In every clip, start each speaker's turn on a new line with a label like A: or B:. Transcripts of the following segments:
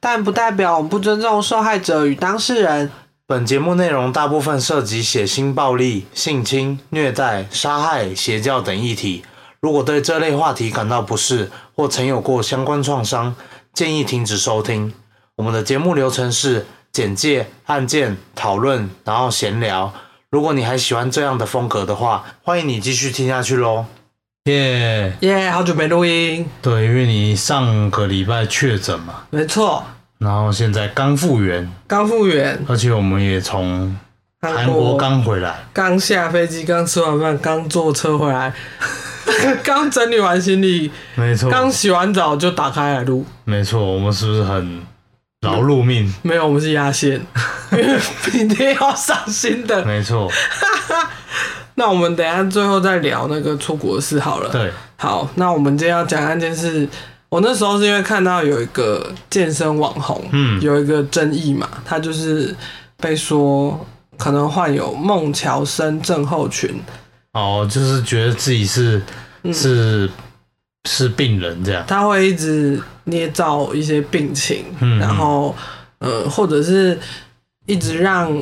A: 但不代表我们不尊重受害者与当事人。
B: 本节目内容大部分涉及血腥暴力、性侵、虐待、杀害、邪教等议题。如果对这类话题感到不适，或曾有过相关创伤，建议停止收听。我们的节目流程是简介、案件讨论，然后闲聊。如果你还喜欢这样的风格的话，欢迎你继续听下去喽。耶、
A: 耶、好久没录音，
B: 对，因为你上个礼拜确诊嘛，
A: 没错，
B: 然后现在刚复原，
A: 刚复原，
B: 而且我们也从韩国刚回来，
A: 刚下飞机，刚吃完饭，刚坐车回来， 刚整理完行李，
B: 没错，
A: 刚洗完澡就打开来录。
B: 没错，我们是不是很劳碌命？
A: 没有，我们是压线，因为明天要上新的。
B: 没错，
A: 那我们等一下最后再聊那个出国的事好了。
B: 对，
A: 好，那我们今天要讲的案件是，我那时候是因为看到有一个健身网红，
B: 嗯
A: 有一个争议嘛，他就是被说可能患有孟乔森症候群，
B: 哦，就是觉得自己是、是是病人这样，
A: 他会一直捏造一些病情，
B: 嗯
A: 然后呃，或者是一直让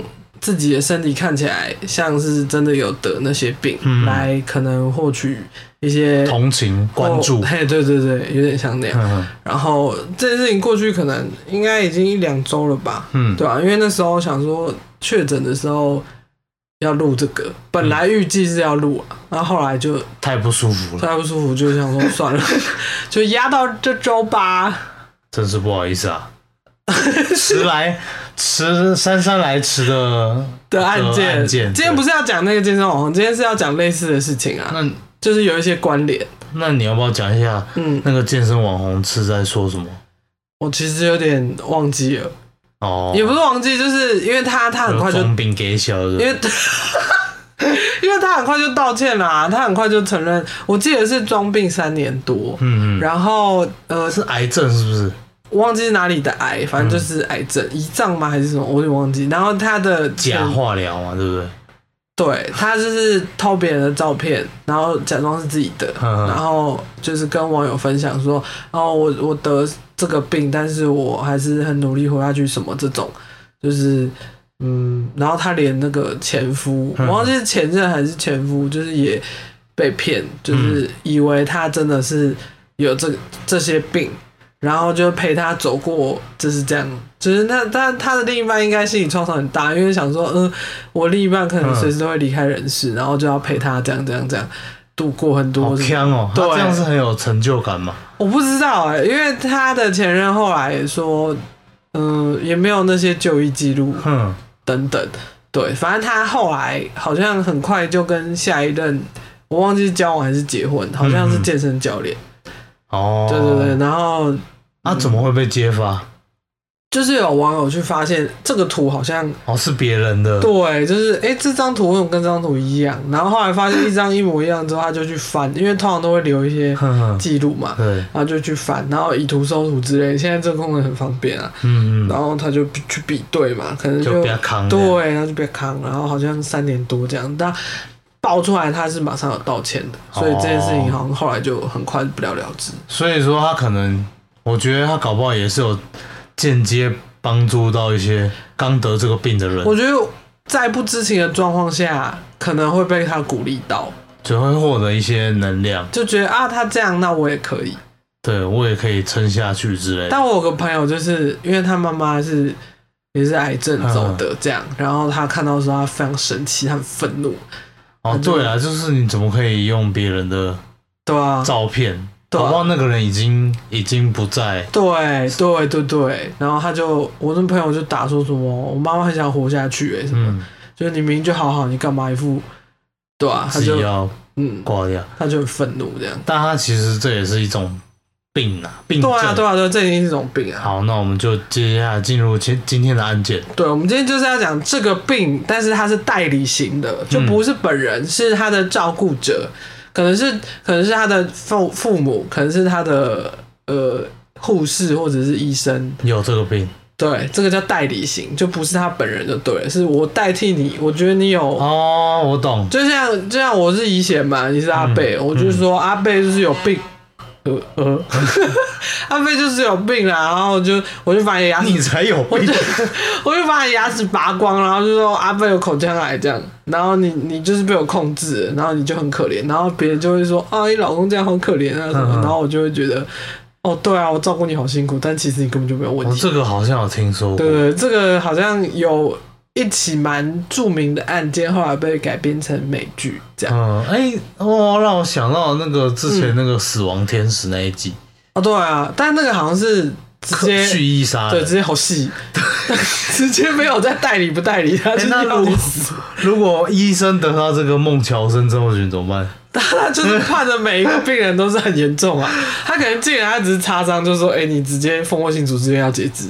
A: 自己的身体看起来像是真的有得那些病，
B: 嗯
A: 来可能获取一些
B: 同情关注
A: 哦，嘿，对对对，有点像那样。
B: 嗯
A: 然后这件事情过去可能应该已经一两周了吧，
B: 嗯，
A: 对吧、啊因为那时候想说确诊的时候。要录这个，本来预计是要录啊，然后后来就
B: 太不舒服了，
A: 太不舒服，就想 说算了，就压到这周吧。
B: 真是不好意思 啊。迟来迟姗姗来迟的
A: 的案件，
B: 案件
A: 今天不是要讲那个健身网红，今天是要讲类似的事情啊，
B: 那
A: 就是有一些关联。
B: 那你要不要讲一下
A: 嗯，
B: 那个健身网红是在说什么？
A: 我其实有点忘记了，
B: 哦，
A: 也不是忘记，就是因为他他很快就，
B: 封饼给小的，
A: 因为 因为他很快就道歉啦、啊他很快就承认，我记得是装病三年多，
B: 嗯嗯，
A: 然后呃
B: 是癌症是不是？
A: 忘记是哪里的癌，反正就是癌症，胰脏吗还是什么，我有点忘记。然后他的
B: 假化疗嘛，对不对？
A: 对他就是偷别人的照片，然后假装是自己的，
B: 嗯
A: 然后就是跟网友分享说，哦，我我得这个病，但是我还是很努力活下去，什么这种，就是嗯，然后他连那个前夫，
B: 嗯
A: 我忘记是前任还是前夫，就是也被骗，就是以为他真的是有这这些病。然后就陪他走过，就是这样。就是那但他的另一半应该心理创伤很大，因为想说，嗯、我另一半可能随时都会离开人世，然后就要陪他这样这样这样度过很
B: 好
A: 多。
B: 强哦，他
A: 对
B: 这样是很有成就感嘛。
A: 我不知道哎、因为他的前任后来也说，嗯、也没有那些就医记录
B: 哼，
A: 等等。对，反正他后来好像很快就跟下一任，我忘记是交往还是结婚，好像是健身教练。
B: 哦，
A: 对对对，，然后
B: 那怎么会被揭发？
A: 就是有网友去发现这个图好像
B: 哦，是别人的，
A: 对，就是哎、诶这张图为什么跟这张图一样？然后后来发现一张一模一样之后，他就去翻，因为通常都会留一些
B: 哼哼，
A: 记录嘛，
B: 嗯对，
A: 然后就去翻，然后以图搜图之类。现在这个功能很方便啊，
B: 嗯
A: 然
B: 嗯，
A: 后他就去比对嘛，可能
B: 就比较扛这样，
A: 对，然后就被扛，然后好像三年多这样，但爆出来他是马上有道歉的，
B: 哦
A: 所以这件事情好像后来就很快不了了之。
B: 所以说他可能，我觉得他搞不好也是有间接帮助到一些刚得这个病的人，
A: 我觉得在不知情的状况下，可能会被他鼓励到，
B: 只会获得一些能量，
A: 就觉得啊，他这样，那我也可以。
B: 对我也可以撑下去之类的。
A: 但我有个朋友，就是因为他妈妈是也是癌症走
B: 嗯
A: 的这样，然后他看到的时候，他非常生气，他很愤怒，
B: 哦，对啊，就是你怎么可以用别人的
A: 对啊，
B: 照片？
A: 对啊
B: 搞不好那个人已经已经不在，
A: 对对对对，然后他就我那朋友就打说什么，我妈妈很想活下去、欸，什么，
B: 嗯，
A: 就是你明明就好好，你干嘛一副，对啊，他
B: 自己
A: 就
B: 要
A: 嗯，
B: 挂掉。
A: 他就很愤怒这样，
B: 但他其实这也是一种病啊，病
A: 对
B: 症。
A: 啊，对啊，对啊，这已经是一种病啊。
B: 好，那我们就接下来进入今今天的案件。
A: 对，我们今天就是要讲这个病，但是它是代理型
B: 嗯
A: 的，就不是本人，是他的照顾者，可能是可能是他的父父母，可能是他的呃护士或者是医生。
B: 有这个病
A: 对，这个叫代理型，就不是他本人就对了，是我代替你，我觉得你有。
B: 哦，我懂。
A: 就像就像我是乙贤嘛，你是阿贝，
B: 嗯
A: 我就说阿贝就是有病，呃呃， 阿贝就是有病啦，然后我就我就把你的牙齿
B: 你才有
A: 我
B: 病
A: 就我就把你牙齿拔光，然后就说阿贝有口腔癌这样，然后你你就是被我控制了，然后你就很可怜，然后别人就会说啊你老公这样好可怜啊什么
B: 嗯，嗯
A: 然后我就会觉得哦对啊，我照顾你好辛苦，但其实你根本就没有问
B: 哦，
A: 题。
B: 这个好像有听说过。
A: 对对，这个好像有一起蛮著名的案件，后来被改编成美剧这样。
B: 嗯，哎、哦，让我想到那个之前那个死亡天使那一集，
A: 哦对啊，但那个好像是直接
B: 蓄意啊杀
A: 对
B: 人。
A: 直接好细， 直接没有在代理不代理，他
B: 哎
A: 就是
B: 那
A: 要
B: 如
A: 你
B: 果
A: 死。
B: 如果医生得到这个孟乔森症候群怎么 办？
A: 他就是判的每一个病人都是很严重啊，他可能进来他只是擦伤，就说：“哎、你直接蜂窝性组织炎要截肢。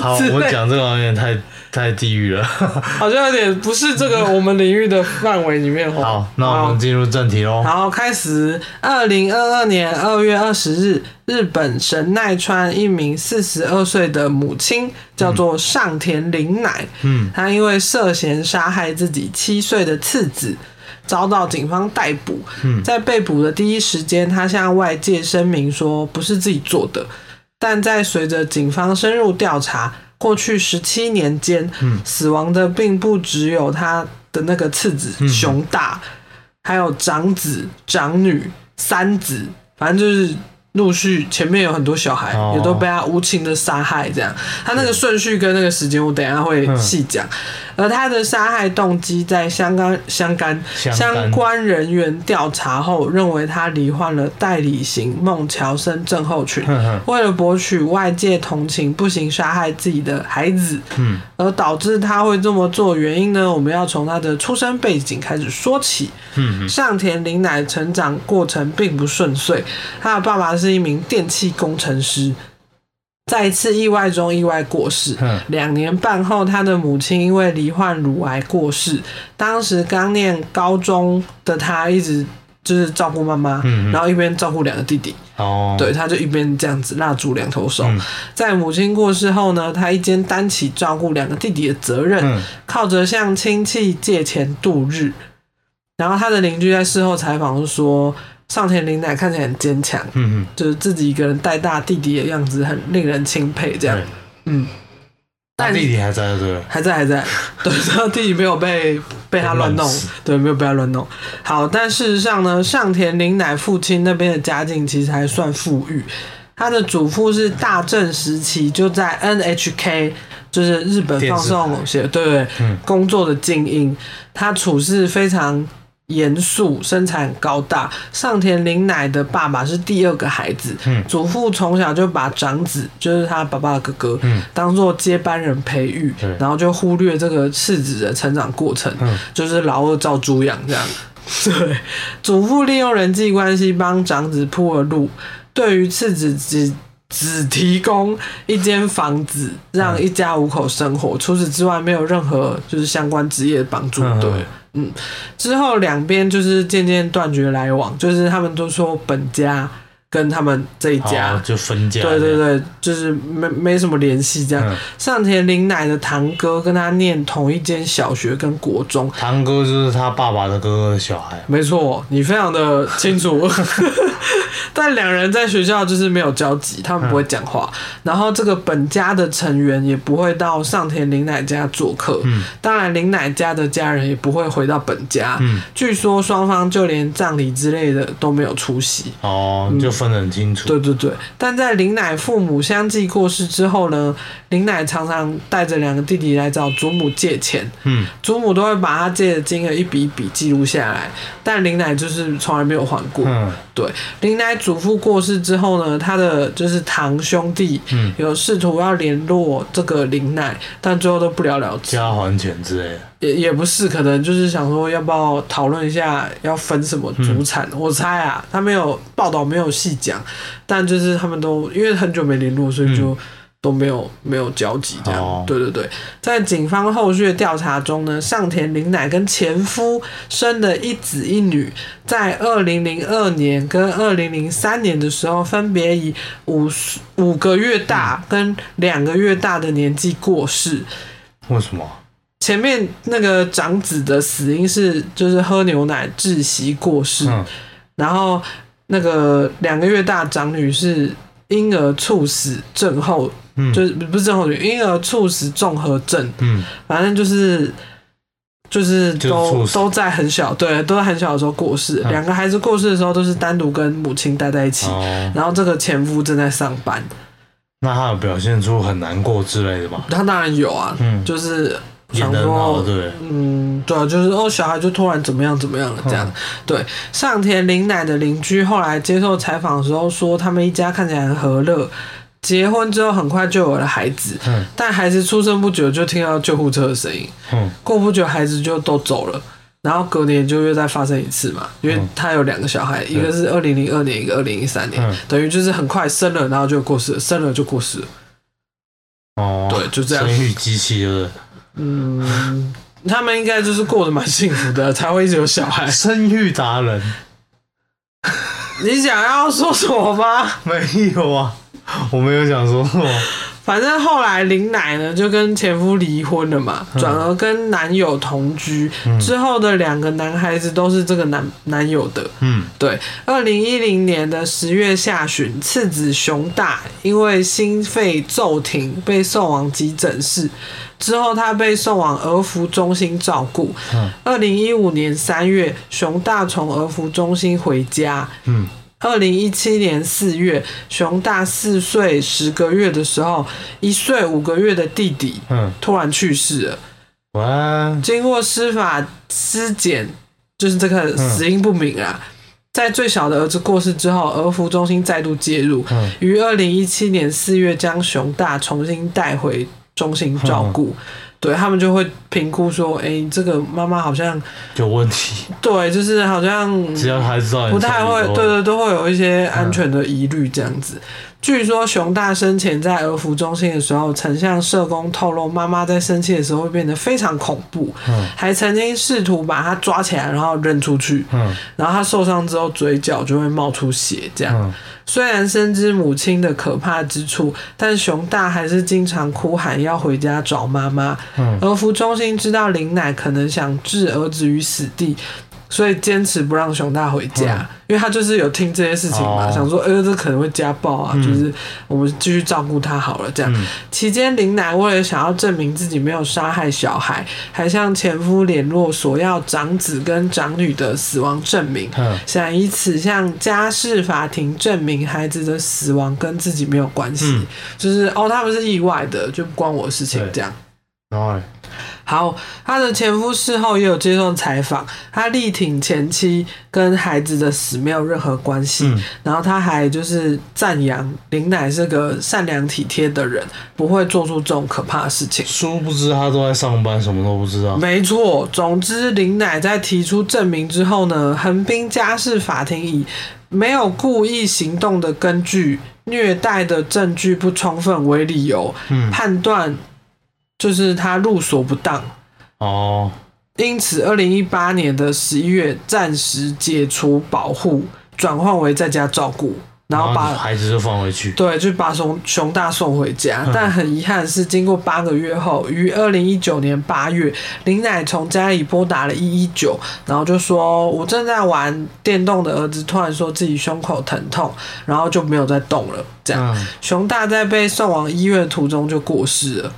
B: 好，
A: 之类
B: 我讲这个有点太太地狱了。”
A: 好像有点不是这个我们领域的范围里面哦。
B: 好，那我们进入正题喽。
A: 好，开始。二零二二年二月二十日，日本神奈川一名四十二岁的母亲，叫做上田玲乃，
B: 嗯，
A: 她因为涉嫌杀害自己七岁的次子，遭到警方逮捕。在被捕的第一时间，她向外界声明说不是自己做的，但在随着警方深入调查，过去十七年间，
B: 嗯
A: 死亡的并不只有他的那个次
B: 嗯
A: 子熊大，还有长子、长女、三子，反正就是陆续前面有很多小孩、
B: 哦
A: 也都被他无情的杀害，这样。他那个顺序跟那个时间，我等一下会细讲。
B: 嗯
A: 而他的杀害动机，在相干相干
B: 相干
A: 相关人员调查后，认为他罹患了代理型孟乔森症候群。
B: 哼哼
A: 为了博取外界同情，不行杀害自己的孩子，
B: 嗯，
A: 而导致他会这么做原因呢？我们要从他的出生背景开始说起。
B: 嗯
A: 上田玲乃成长过程并不顺遂，他的爸爸是一名电气工程师。在一次意外中意外过世
B: 嗯，
A: 两年半后，他的母亲因为罹患乳癌过世。当时刚念高中的他，一直就是照顾妈妈，
B: 嗯嗯
A: 然后一边照顾两个弟弟。
B: 哦，
A: 对，，他就一边这样子蜡烛两头烧。
B: 嗯
A: 在母亲过世后呢，他一肩担起照顾两个弟弟的责任，
B: 嗯
A: 靠着向亲戚借钱度日。然后他的邻居在事后采访说，上田玲乃看起来很坚强，
B: 嗯嗯，
A: 就是自己一个人带大弟弟的样子很令人钦佩。这样
B: 对，
A: 嗯，
B: 他
A: 但
B: 弟弟还在对不对？
A: 还在还在， 对，他弟弟没有被被他乱
B: 被
A: 弄
B: 乱死，
A: 对，没有被他乱弄。好，但事实上呢，上田玲乃父亲那边的家境其实还算富裕，他的祖父是大正时期就在 NHK。就是日本放送写对对、
B: 嗯
A: 工作的精英，他处事非常严肃，身材很高大。上田玲乃的爸爸是第二个孩子，
B: 嗯
A: 祖父从小就把长子，就是他爸爸的哥哥，
B: 嗯
A: 当做接班人培育
B: 对，
A: 然后就忽略这个次子的成长过程，
B: 嗯
A: 就是老二照猪养这样。 对，祖父利用人际关系帮长子铺了路，对于次子只只提供一间房子，
B: 嗯
A: 让一家五口生活。除此之外，没有任何就是相关职业的帮助。
B: 嗯
A: 对，嗯，之后两边就是渐渐断绝来往，就是他们都说本家跟他们这一家。
B: 哦就分家。
A: 对对，对，就是没没什么联系这样。
B: 嗯
A: 上田玲乃的堂哥跟他念同一间小学跟国中，
B: 堂哥就是他爸爸的哥哥的小孩。
A: 没错，你非常的清楚。 但两人在学校就是没有交集，他们不会讲
B: 嗯
A: 话。然后这个本家的成员也不会到上田玲乃家做客，
B: 嗯
A: 当然玲乃家的家人也不会回到本家。
B: 嗯，
A: 据说双方就连葬礼之类的都没有出席。
B: 哦，就分得很清楚。
A: 对对对，但在林奶父母相继过世之后呢，林奶常常带着两个弟弟来找祖母借钱，
B: 嗯，
A: 祖母都会把他借的金额一笔一笔记录下来，但林奶就是从来没有还过。
B: 嗯
A: 对，林奶祖父过世之后呢，他的就是堂兄弟
B: 嗯，
A: 有试图要联络这个林奶，但最后都不了了之。
B: 加还钱之类的。
A: 也也不是，可能就是想说要不要讨论一下要分什么主产。我猜啊，他没有报道，没有细讲，但就是他们都因为很久没联络，所以就都没有、没有交集这样。
B: 哦
A: 对对对，在警方后续的调查中呢，上田玲乃跟前夫生的一子一女，在二零零二年跟二零零三年的时候，分别以五十五个月大跟两个月大的年纪过世。
B: 为什么？
A: 前面那个长子的死因是就是喝牛奶窒息过世，
B: 嗯
A: 然后那个两个月大长女是婴儿猝死症候，
B: 嗯
A: 就是不是症候群，婴儿猝死综合症，
B: 嗯
A: 反正就是。就是
B: 就是
A: 都
B: 猝死
A: 都在很小，对，都在很小的时候过世。
B: 嗯
A: 两、个孩子过世的时候都是单独跟母亲待在一起，
B: 哦，
A: 然后这个前夫正在上班，
B: 那他有表现出很难过之类的吗？
A: 他当然有啊，
B: 嗯，
A: 就是
B: 演
A: 想
B: 得很好，
A: 说
B: 对不对？
A: 嗯，对啊，就是哦，小孩就突然怎么样怎么样了这样。
B: 嗯
A: 对，上田玲乃的邻居后来接受采访的时候说，他们一家看起来很和乐，结婚之后很快就有了孩子，
B: 嗯
A: 但孩子出生不久就听到救护车的声音，
B: 嗯
A: 过不久孩子就都走了。然后隔年就又再发生一次嘛，因为
B: 嗯
A: 他有两个小孩，一个是二零零二年，一个二零一三年，
B: 嗯
A: 等于就是很快生了，然后就过世了，生了就过世了。
B: 哦，
A: 对就这样
B: 生育机器就是
A: 嗯，他们应该就是过得蛮幸福的，才会一直有小孩。
B: 生育达人，
A: 你想要说什么吗？
B: 没有啊，我没有想说什么，
A: 反正后来林奶呢就跟前夫离婚了嘛，转而跟男友同居。之后的两个男孩子都是这个男男友的。
B: 嗯
A: 对，二零一零年的十月下旬，次子熊大因为心肺骤停被送往急诊室，之后他被送往儿福中心照顾。
B: 嗯
A: 二零一五年三月，熊大从儿福中心回家。
B: 嗯，
A: 二零一七年四月，熊大四岁十个月的时候，一岁五个月的弟弟
B: 嗯，
A: 突然去世了。
B: 晚安，
A: 经过司法尸检，就是这个死因不明啊。在最小的儿子过世之后，儿福中心再度介入，
B: 嗯
A: 于二零一七年四月将熊大重新带回中心照顾。对他们就会评估说，哎、这个妈妈好像
B: 有问题，
A: 对，就是好像
B: 只要孩子到你
A: 不太会
B: 手里，都
A: 对对，都会有一些
B: 嗯
A: 安全的疑虑这样子。据说熊大生前在儿福中心的时候，曾向社工透露，妈妈在生气的时候会变得非常恐怖，
B: 嗯
A: 还曾经试图把他抓起来，然后扔出去。
B: 嗯
A: 然后他受伤之后，嘴角就会冒出血，这样。
B: 嗯
A: 虽然深知母亲的可怕之处，但熊大还是经常哭喊要回家找妈妈。
B: 嗯
A: 儿福中心知道林奶可能想置儿子于死地，所以坚持不让熊大回家，
B: 嗯
A: 因为他就是有听这些事情嘛，
B: 哦
A: 想说，呃、这可能会家暴啊，就是我们继续照顾他好了。这样、
B: 嗯
A: 期间，林奶为了想要证明自己没有杀害小孩，还向前夫联络索要长子跟长女的死亡证明。
B: 嗯
A: 想以此向家事法庭证明孩子的死亡跟自己没有关系，
B: 嗯
A: 就是哦，他们是意外的，就不关我的事情
B: 对
A: 这样。
B: 然后嘞
A: 好，他的前夫事后也有接受采访，他力挺前妻跟孩子的死没有任何关系，
B: 嗯
A: 然后他还就是赞扬林乃是个善良体贴的人，不会做出这种可怕的事情。
B: 殊不知他都在上班，什么都不知道，
A: 没错，总之林乃在提出证明之后呢，横滨家事法庭以没有故意行动的根据、虐待的证据不充分为理由，
B: 嗯
A: 判断就是他入所不当，
B: 哦，
A: 因此二零一八年的十一月暂时解除保护，转换为在家照顾，然后
B: 然
A: 把
B: 后孩子就放回去，
A: 对，就把熊熊大送回家。但很遗憾是，经过八个月后，于二零一九年八月，林奶从家里拨打了一一九，然后就说：“我正在玩电动的儿子突然说自己胸口疼痛，然后就没有再动了。”这样，
B: 嗯，
A: 熊大在被送往医院的途中就过世了。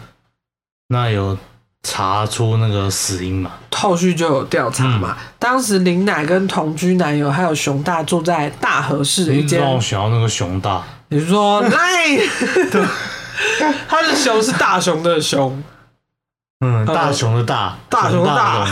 B: 那有查出那个死因嘛？
A: 后续就有调查嘛，
B: 嗯
A: 当时林奶跟同居男友还有熊大住在大和市的一
B: 你
A: 间
B: 让我想到那个嗯熊大，
A: 你是说赖？ 他的熊是大熊的熊，
B: 嗯，大熊的大，
A: 大熊的大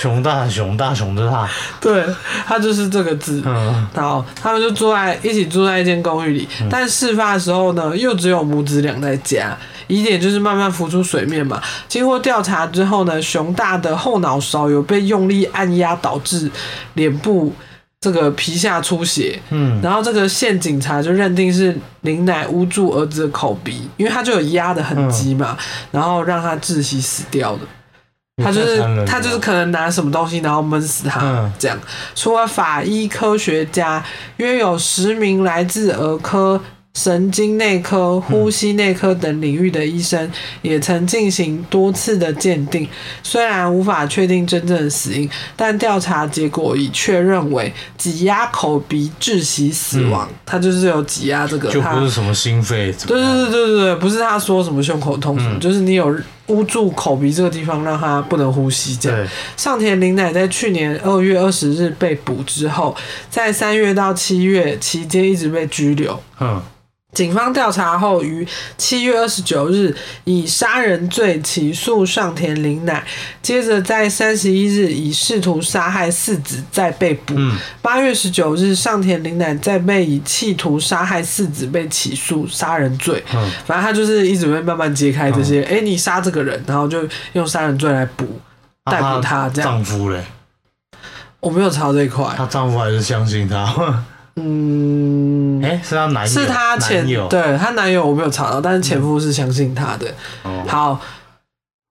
B: 熊大的熊大熊大熊的大，
A: 对，他就是这个字。
B: 嗯
A: 然后他们就住在一起住在一间公寓里，但事发的时候呢，又只有母子俩在家，疑点就是慢慢浮出水面嘛。经过调查之后呢，熊大的后脑勺有被用力按压，导致脸部这个皮下出血。
B: 嗯，
A: 然后这个县警察就认定是林乃捂住儿子的口鼻，因为他就有压的痕迹嘛，然后让他窒息死掉的。他就
B: 也太残忍
A: 是
B: 了
A: 他就是可能拿什么东西，然后闷死他、
B: 啊嗯
A: 这样。除了法医科学家，约有十名来自儿科、神经内科、呼吸内科等领域的医生，也曾进行多次的鉴定。虽然无法确定真正的死因，但调查结果已确认为挤压口鼻窒息死亡。他就是有挤压这个，
B: 嗯就
A: 他
B: 不是什么心肺怎么
A: 对
B: 样，嗯
A: 对对对对，不是他说什么胸口痛什么，就是你有捂住口鼻这个地方，让他不能呼吸这样
B: 对。
A: 上田玲乃在去年二月二十日被捕之后，在三月到七月期间一直被拘留。
B: 嗯，
A: 警方调查后，于七月二十九日以杀人罪起诉上田玲乃，接着在三十一日以试图杀害四子再被捕。八、月十九日，上田玲乃再被以企图杀害四子被起诉杀人罪。
B: 嗯
A: 反正他就是一直会慢慢揭开这
B: 哦
A: 些，哎、你杀这个人，然后就用杀人罪来捕。
B: 那
A: 逮捕他这样
B: 丈夫嘞，
A: 我没有查到这一块，
B: 她丈夫还是相信 她。
A: 嗯，
B: 哎，是她男友
A: 是她前
B: 男友，
A: 对她男友我没有查到，但是前夫是相信她的。
B: 哦
A: 好，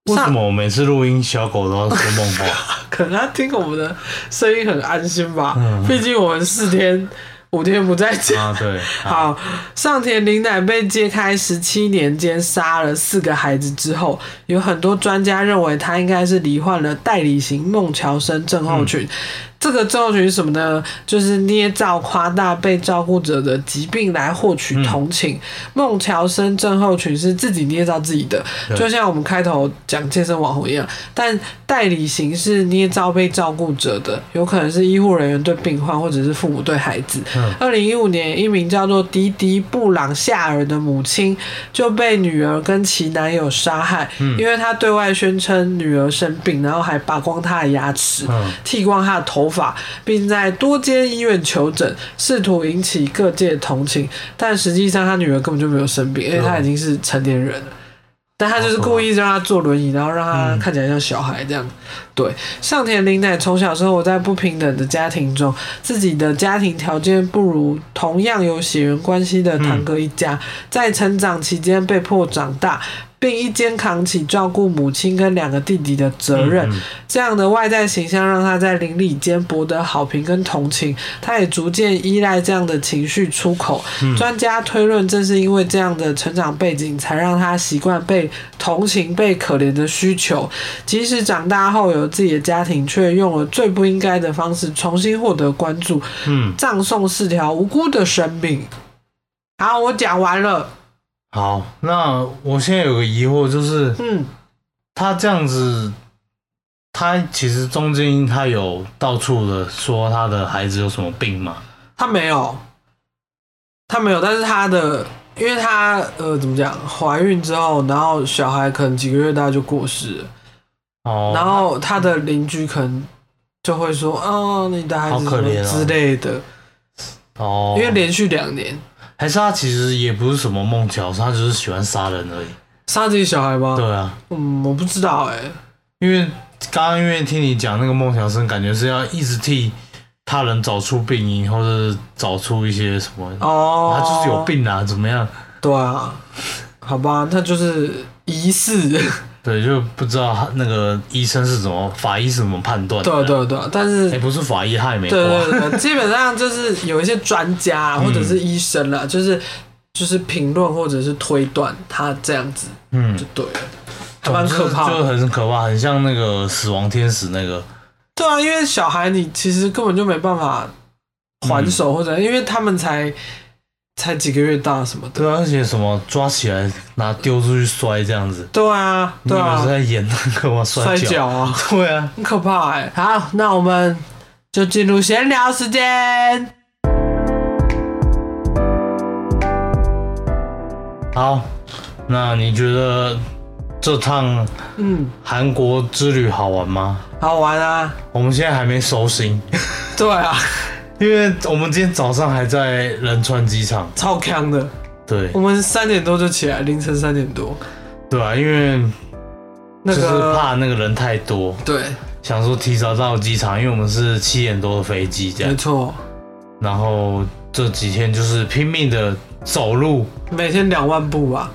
B: 为什
A: 上
B: 么我每次录音小狗都要说梦话？
A: 可能他听我们的声音很安心吧，
B: 嗯
A: 毕竟我们四天五天不在家。
B: 啊，对，啊
A: 好，上田玲乃被揭开十七年间杀了四个孩子之后，有很多专家认为他应该是罹患了代理型孟乔森症候群。这个症候群是什么呢？就是捏造夸大被照顾者的疾病来获取同情。孟乔森症候群是自己捏造自己的，
B: 对
A: 就像我们开头讲健身网红一样。但代理型是捏造被照顾者的，有可能是医护人员对病患，或者是父母对孩子。
B: 嗯
A: 二零一五年，一名叫做迪迪布朗夏尔的母亲就被女儿跟其男友杀害，
B: 嗯
A: 因为她对外宣称女儿生病，然后还拔光她的牙齿，
B: 嗯
A: 剃光她的头发，并在多间医院求诊，试图引起各界同情。但实际上，她女儿根本就没有生病，因为她
B: 嗯
A: 已经是成年人了。但他就是故意让他坐轮椅，然后让他看起来像小孩这样。对，上田玲奈从小生活在不平等的家庭中，自己的家庭条件不如同样有血缘关系的堂哥一家，在成长期间被迫长大。并一肩扛起照顾母亲跟两个弟弟的责任，
B: 嗯嗯
A: 这样的外在形象让他在邻里间博得好评跟同情，他也逐渐依赖这样的情绪出口。专家推论，正是因为这样的成长背景，才让他习惯被同情、被可怜的需求。即使长大后有自己的家庭，却用了最不应该的方式重新获得关注，
B: 嗯，
A: 葬送四条无辜的生命。好，我讲完了。
B: 好，那我现在有个疑惑，就是
A: 嗯，
B: 她这样子，她其实中间她有到处的说她的孩子有什么病嘛？
A: 他没有，他没有，但是他的，因为他呃，怎么讲，怀孕之后，然后小孩可能几个月大就过世了，
B: 哦，
A: 然后他的邻居可能就会说，哦，你的孩子
B: 好可怜哦
A: 什么之类的，
B: 哦，
A: 因为连续两年
B: 还是她其实也不是什么梦桥，她只是喜欢杀人而已。
A: 杀自己小孩吗？
B: 对啊，
A: 嗯，我不知道哎、
B: 因为刚刚因为听你讲那个梦想生，感觉是要一直替他人找出病因，或者是找出一些什么，
A: 哦，
B: 嗯他就是有，病啊，怎么样？
A: 对啊，好吧，他就是疑似，
B: 对，就不知道他那个医生是怎么，法医是怎么判断的、
A: 对啊对啊对啊，但是
B: 哎、不是法医害美
A: 对
B: 国，啊
A: 对对，基本上就是有一些专家啊或者是医生
B: 嗯
A: 啦，就是就是评论或者是推断他这样子
B: 嗯
A: 就，对了，还蛮可怕
B: 总之就
A: 的。
B: 很可怕，很像那个死亡天使那个，
A: 对啊，因为小孩你其实根本就没办法还
B: 嗯
A: 手，或者因为他们才才几个月大什么的。
B: 对啊，而且什么抓起来拿丢出去摔这样子，
A: 对啊，
B: 你
A: 对
B: 以为是
A: 啊，
B: 在演那个吗？摔
A: 摔跤
B: 跤，
A: 啊，
B: 对啊，
A: 很可怕哎、好，那我们就进入闲聊时间。
B: 好，那你觉得这趟
A: 嗯，
B: 韩国之旅好玩吗？
A: 好玩啊，
B: 我们现在还没收心，
A: 对啊，
B: 因为我们今天早上还在仁川机场。
A: 超强的。
B: 对
A: 我，们三点多就起来，凌晨三点多。
B: 对啊，因为
A: 那
B: 就是
A: 个
B: 怕那个人太多，
A: 对，
B: 想说提早到机场，因为我们是七点多的飞机这
A: 没
B: 样，
A: 错，
B: 然后这几天就是拼命的走路，
A: 每天两万步吧。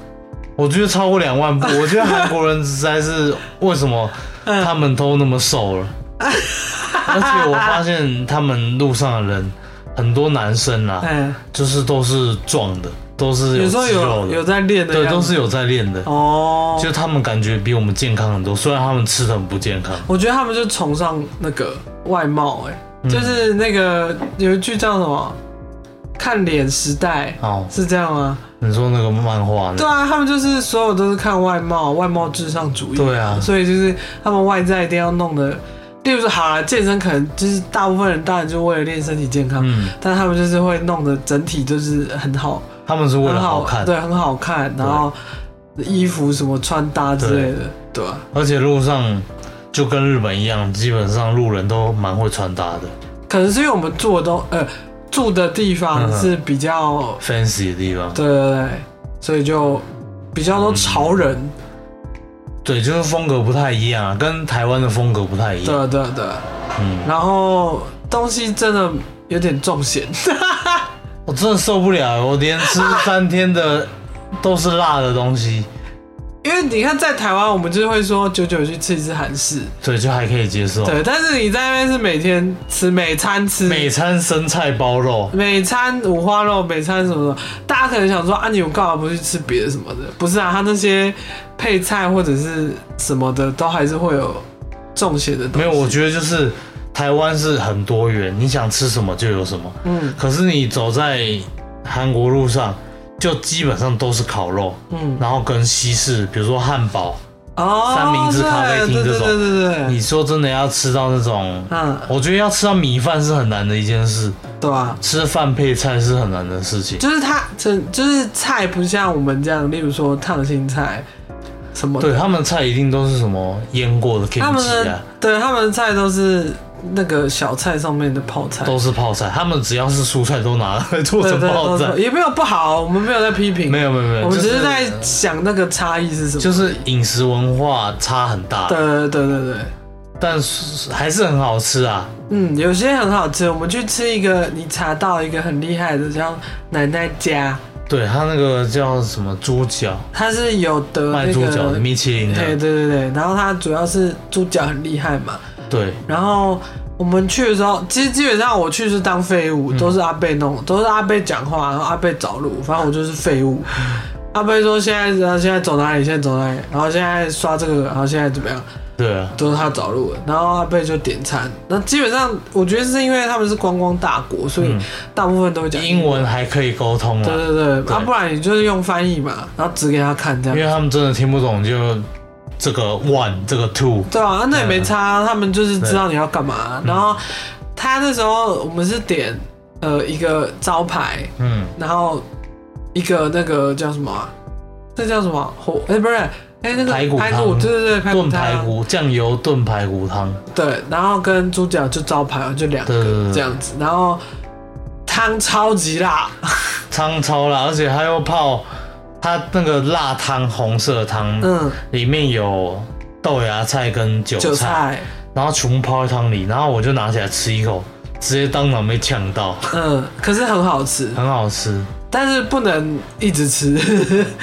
B: 我觉得超过两 万步，我觉得韩国人实在是为什么
A: 嗯
B: 他们都那么瘦 了，而且我发现他们路上的人很多男生啊，
A: 哎，
B: 就是都是壮的，都是
A: 有
B: 有
A: 时候
B: 肌肉
A: 有有
B: 的，
A: 在练的
B: 对，
A: 样子，
B: 都是有在练的，
A: 哦。
B: 就他们感觉比我们健康很多，虽然他们吃的很不健康，
A: 我觉得他们就崇尚那个外貌、哎、
B: 嗯
A: 就是那个有一句叫什么“看脸时代
B: 哦”，，
A: 是这样吗？
B: 你说那个漫画呢？
A: 对啊，他们就是所有都是看外貌，外貌至上主义。
B: 对啊
A: 所以就是他们外在一定要弄的，例如说，好了，健身可能就是大部分人当然就为了练身体健康，
B: 嗯，
A: 但他们就是会弄的整体就是很好，
B: 他们是为
A: 很
B: 了好看，
A: 对，很好看，然后衣服什么穿搭之类的，对啊？
B: 而且路上就跟日本一样，基本上路人都蛮会穿搭的
A: 可能是因为我们住的东呃住的地
B: 嗯
A: 方
B: 哼
A: 是比较，
B: ，fancy 的地方，
A: 对对对，所以就比较多潮人，
B: 对，就是风格不太一样啊，跟台湾的风格不太一
A: 对
B: 样，
A: 啊对啊对啊，
B: 嗯，
A: 然后东西真的有点重咸，
B: 我真的受不了，我连吃三天的都是辣的东西，
A: 因为你看在台湾我们就会说久久去吃一次韩式，
B: 对，就还可以接受，
A: 对，但是你在那边是每天吃每餐吃
B: 哦每餐生菜包肉，
A: 每餐五花肉，每餐什么的，大家可能想说啊，你有干嘛不去吃别的什么的？不是啊，他那些配菜或者是什么的，都还是会有重咸的东西。
B: 没有，我觉得就是台湾是很多元，你想吃什么就有什么。
A: 嗯
B: 可是你走在韩国路上，就基本上都是烤肉，
A: 嗯
B: 然后跟西式，比如说汉堡。
A: 哦，
B: 三明治咖啡厅
A: 对
B: 这种
A: 对对对对，
B: 你说真的要吃到那种，
A: 嗯，
B: 我觉得要吃到米饭是很难的一件事，
A: 对啊，
B: 吃饭配菜是很难的事情。
A: 就是它这就是菜不像我们这样，例如说烫青菜什么的，
B: 对他们菜一定都是什么腌过的 k i
A: 他
B: m
A: 们
B: c
A: 的
B: 啊，
A: 对他们的菜都是那个小菜上面的泡菜，
B: 都是泡菜，他们只要是蔬菜都拿来做
A: 对
B: 成
A: 对
B: 泡
A: 都
B: 菜
A: 是。也没有不好，我们没有在批评，
B: 没有没有没有，
A: 我们只
B: 就是
A: 在想那个差异是什么。
B: 就是饮食文化差很大，
A: 对对对对对，
B: 但是还是很好吃啊。
A: 嗯，有些很好吃。我们去吃一个，你查到一个很厉害的叫奶奶家，
B: 对，它那个叫什么猪脚，
A: 它是有得
B: 卖
A: 那
B: 猪脚的
A: 个。
B: 米其林
A: 对对
B: 的，
A: 对对，然后它主要是猪脚很厉害嘛，
B: 对，
A: 然后我们去的时候，其实基本上我去是当废物，
B: 嗯
A: 都是阿贝弄，都是阿贝讲话，然后阿贝找路，反正我就是废物。
B: 嗯
A: 阿贝说现在，然后现在走哪里，现在走哪里，然后现在刷这个，然后现在怎么样，
B: 对啊，
A: 都是他找路的。然后阿贝就点餐，那基本上我觉得是因为他们是观光大国，所以
B: 嗯
A: 大部分都会讲
B: 英。文还可以沟通
A: 对
B: 啊，
A: 对对，
B: 对
A: 啊，不然你就是用翻译嘛，然后指给他看这
B: 因为
A: 样。
B: 他们真的听不懂就这个 one 这个 two，
A: 对啊，啊那也没差啊，他们就是知道你要干嘛。然后他那时候我们是点呃一个招牌，
B: 嗯，
A: 然后一个那个叫什么、啊？这叫什么火？哎、不是，哎、那个
B: 排骨汤
A: 对对对，排骨
B: 炖
A: 汤
B: 排骨酱油炖排骨汤，
A: 对，然后跟猪脚就招牌就两
B: 对对
A: 个
B: 对
A: 这样子，然后汤超级辣，
B: 汤超辣，而且它又泡它那个辣汤红色汤，
A: 嗯，
B: 里面有豆芽菜跟韭
A: 韭
B: 菜。
A: 菜，
B: 然后全部泡在汤里，然后我就拿起来吃一口，直接当场被呛到，
A: 嗯，可是很好吃，
B: 很好吃。
A: 但是不能一直吃，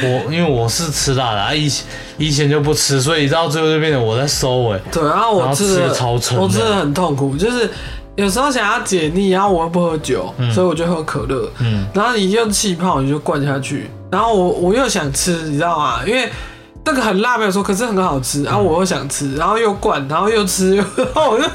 B: 我因为我是吃辣的，啊、以前以前就不吃，所以到最后就变成我在收尾。
A: 对，然后
B: 然
A: 我
B: 后
A: 吃
B: 吃
A: 的
B: 得超撑的
A: 我吃的很痛苦，就是有时候想要解腻，然后我又不喝酒，
B: 嗯
A: 所以我就喝可乐，
B: 嗯，
A: 然后你用气泡你就灌下去，然后我我又想吃，你知道吗？因为那个很辣没有说，可是很好吃，
B: 嗯
A: 然后我又想吃，然后又灌，然后又吃， 然后我就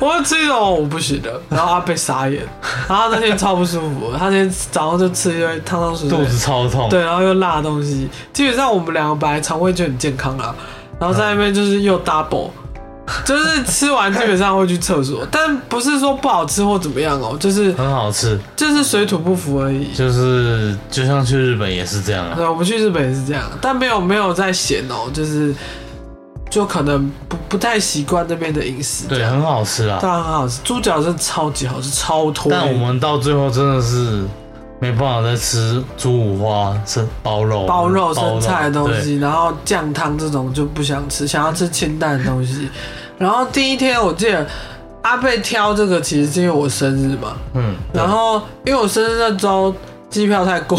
A: 我就吃一种哦我不行了，然后他被傻眼，然后他那天超不舒服，他那天早上就吃一堆汤汤水水
B: 肚，子超痛。，
A: 对，然后又辣的东西，基本上我们两个本来肠胃就很健康啦，然后在那边就是又 double。就是吃完基本上会去厕所，但不是说不好吃或怎么样哦，就是
B: 很好吃，
A: 就是水土不服而已。
B: 就是就像去日本也是这样啊。
A: 对，我们去日本也是这样，但没有没有在嫌哦、就是就可能不不太习惯那边的饮食。
B: 对，很好吃啊。
A: 当然很好吃，猪脚是超级好吃，超脱。
B: 但我们到最后真的是没办法再吃猪五花、生包肉、
A: 包肉、生菜的东
B: 对。
A: 西，然后酱汤这种就不想吃，想要吃清淡的东西。然后第一天我记得阿贝挑这个，其实是因为我生日嘛，
B: 嗯，
A: 然后因为我生日那周机票太贵，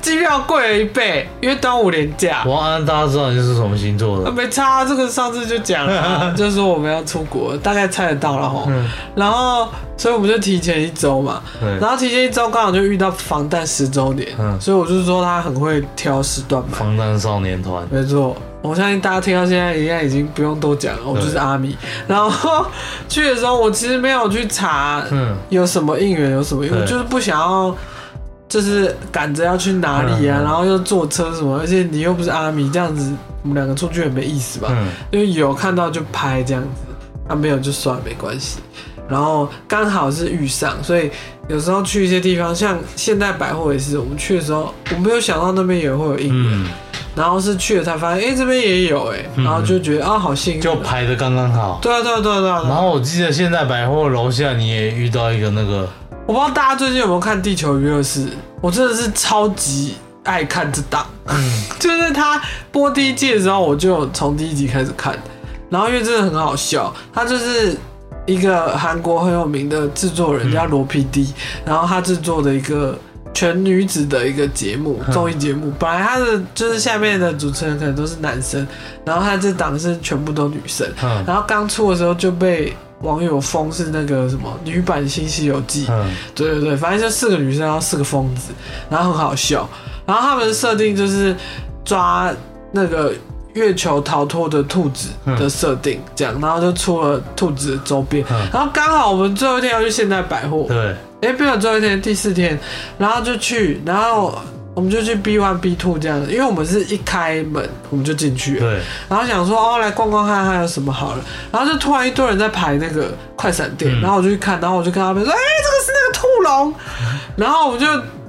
A: 机票贵了一倍，因为端午连假。
B: 我要让大家知道你是什么星座
A: 啊，
B: 的。
A: 没差啊，这个上次就讲了 啊，就是说我们要出国，大概猜得到了吼。
B: 嗯，
A: 然后，所以我们就提前一周嘛，
B: 对
A: 然，后提前一周刚好就遇到防弹十周年，
B: 嗯
A: 所以我就说他很会挑时段嘛。
B: 防弹少年团，
A: 没错，我相信大家听到现在应该已经不用多讲了，我就是阿米。然后去的时候，我其实没有去查
B: 嗯，
A: 有什么应援，有什么应援，
B: 对
A: 我就是不想要，就是赶着要去哪里啊，
B: 嗯嗯
A: 然后又坐车什么，而且你又不是阿米，这样子我们两个出去也没意思吧？
B: 嗯，
A: 因为有看到就拍这样子，啊没有就算了没关系。然后刚好是遇上，所以有时候去一些地方，像现代百货也是，我们去的时候我没有想到那边也会有应援，
B: 嗯，
A: 然后是去了才发现，哎、这边也有哎、
B: 嗯
A: 然后就觉得啊好幸运
B: 就嗯
A: 哦，
B: 排的刚刚好。
A: 对啊对啊对啊对啊。对
B: 然
A: 啊
B: 后我记得现在百货楼下你也遇到一个那个，
A: 我不知道大家最近有没有看《地球娱乐室》，我真的是超级爱看这档，
B: 嗯
A: 就是他播第一季的时候，我就有从第一集开始看，然后因为真的很好笑，他就是一个韩国很有名的制作人
B: 嗯
A: 叫罗 PD，、然后他制作的一个。全女子的一个节目，
B: 嗯
A: 综艺节目。本来他的就是下面的主持人可能都是男生，然后他这档是全部都女生。
B: 嗯
A: 然后刚出的时候就被网友封是那个什么女版《新西游记》
B: 嗯
A: 对对对，反正就四个女生，然后四个疯子，然后很好笑。然后他们的设定就是抓那个月球逃脱的兔子的设定，这样，然后就出了兔子的周边。
B: 嗯，
A: 然后刚好我们最后一天要去现代百货，
B: 对，
A: 哎，没有最后一天，第四天，然后就去，然后我们就去 B one B two 这样，因为我们是一开门我们就进去了，
B: 对，
A: 然后想说哦来逛逛看还有什么好了，然后就突然一堆人在排那个快闪店，
B: 嗯
A: 然后我就去看，然后我就跟他们说，哎、这个是那个兔笼，然后我就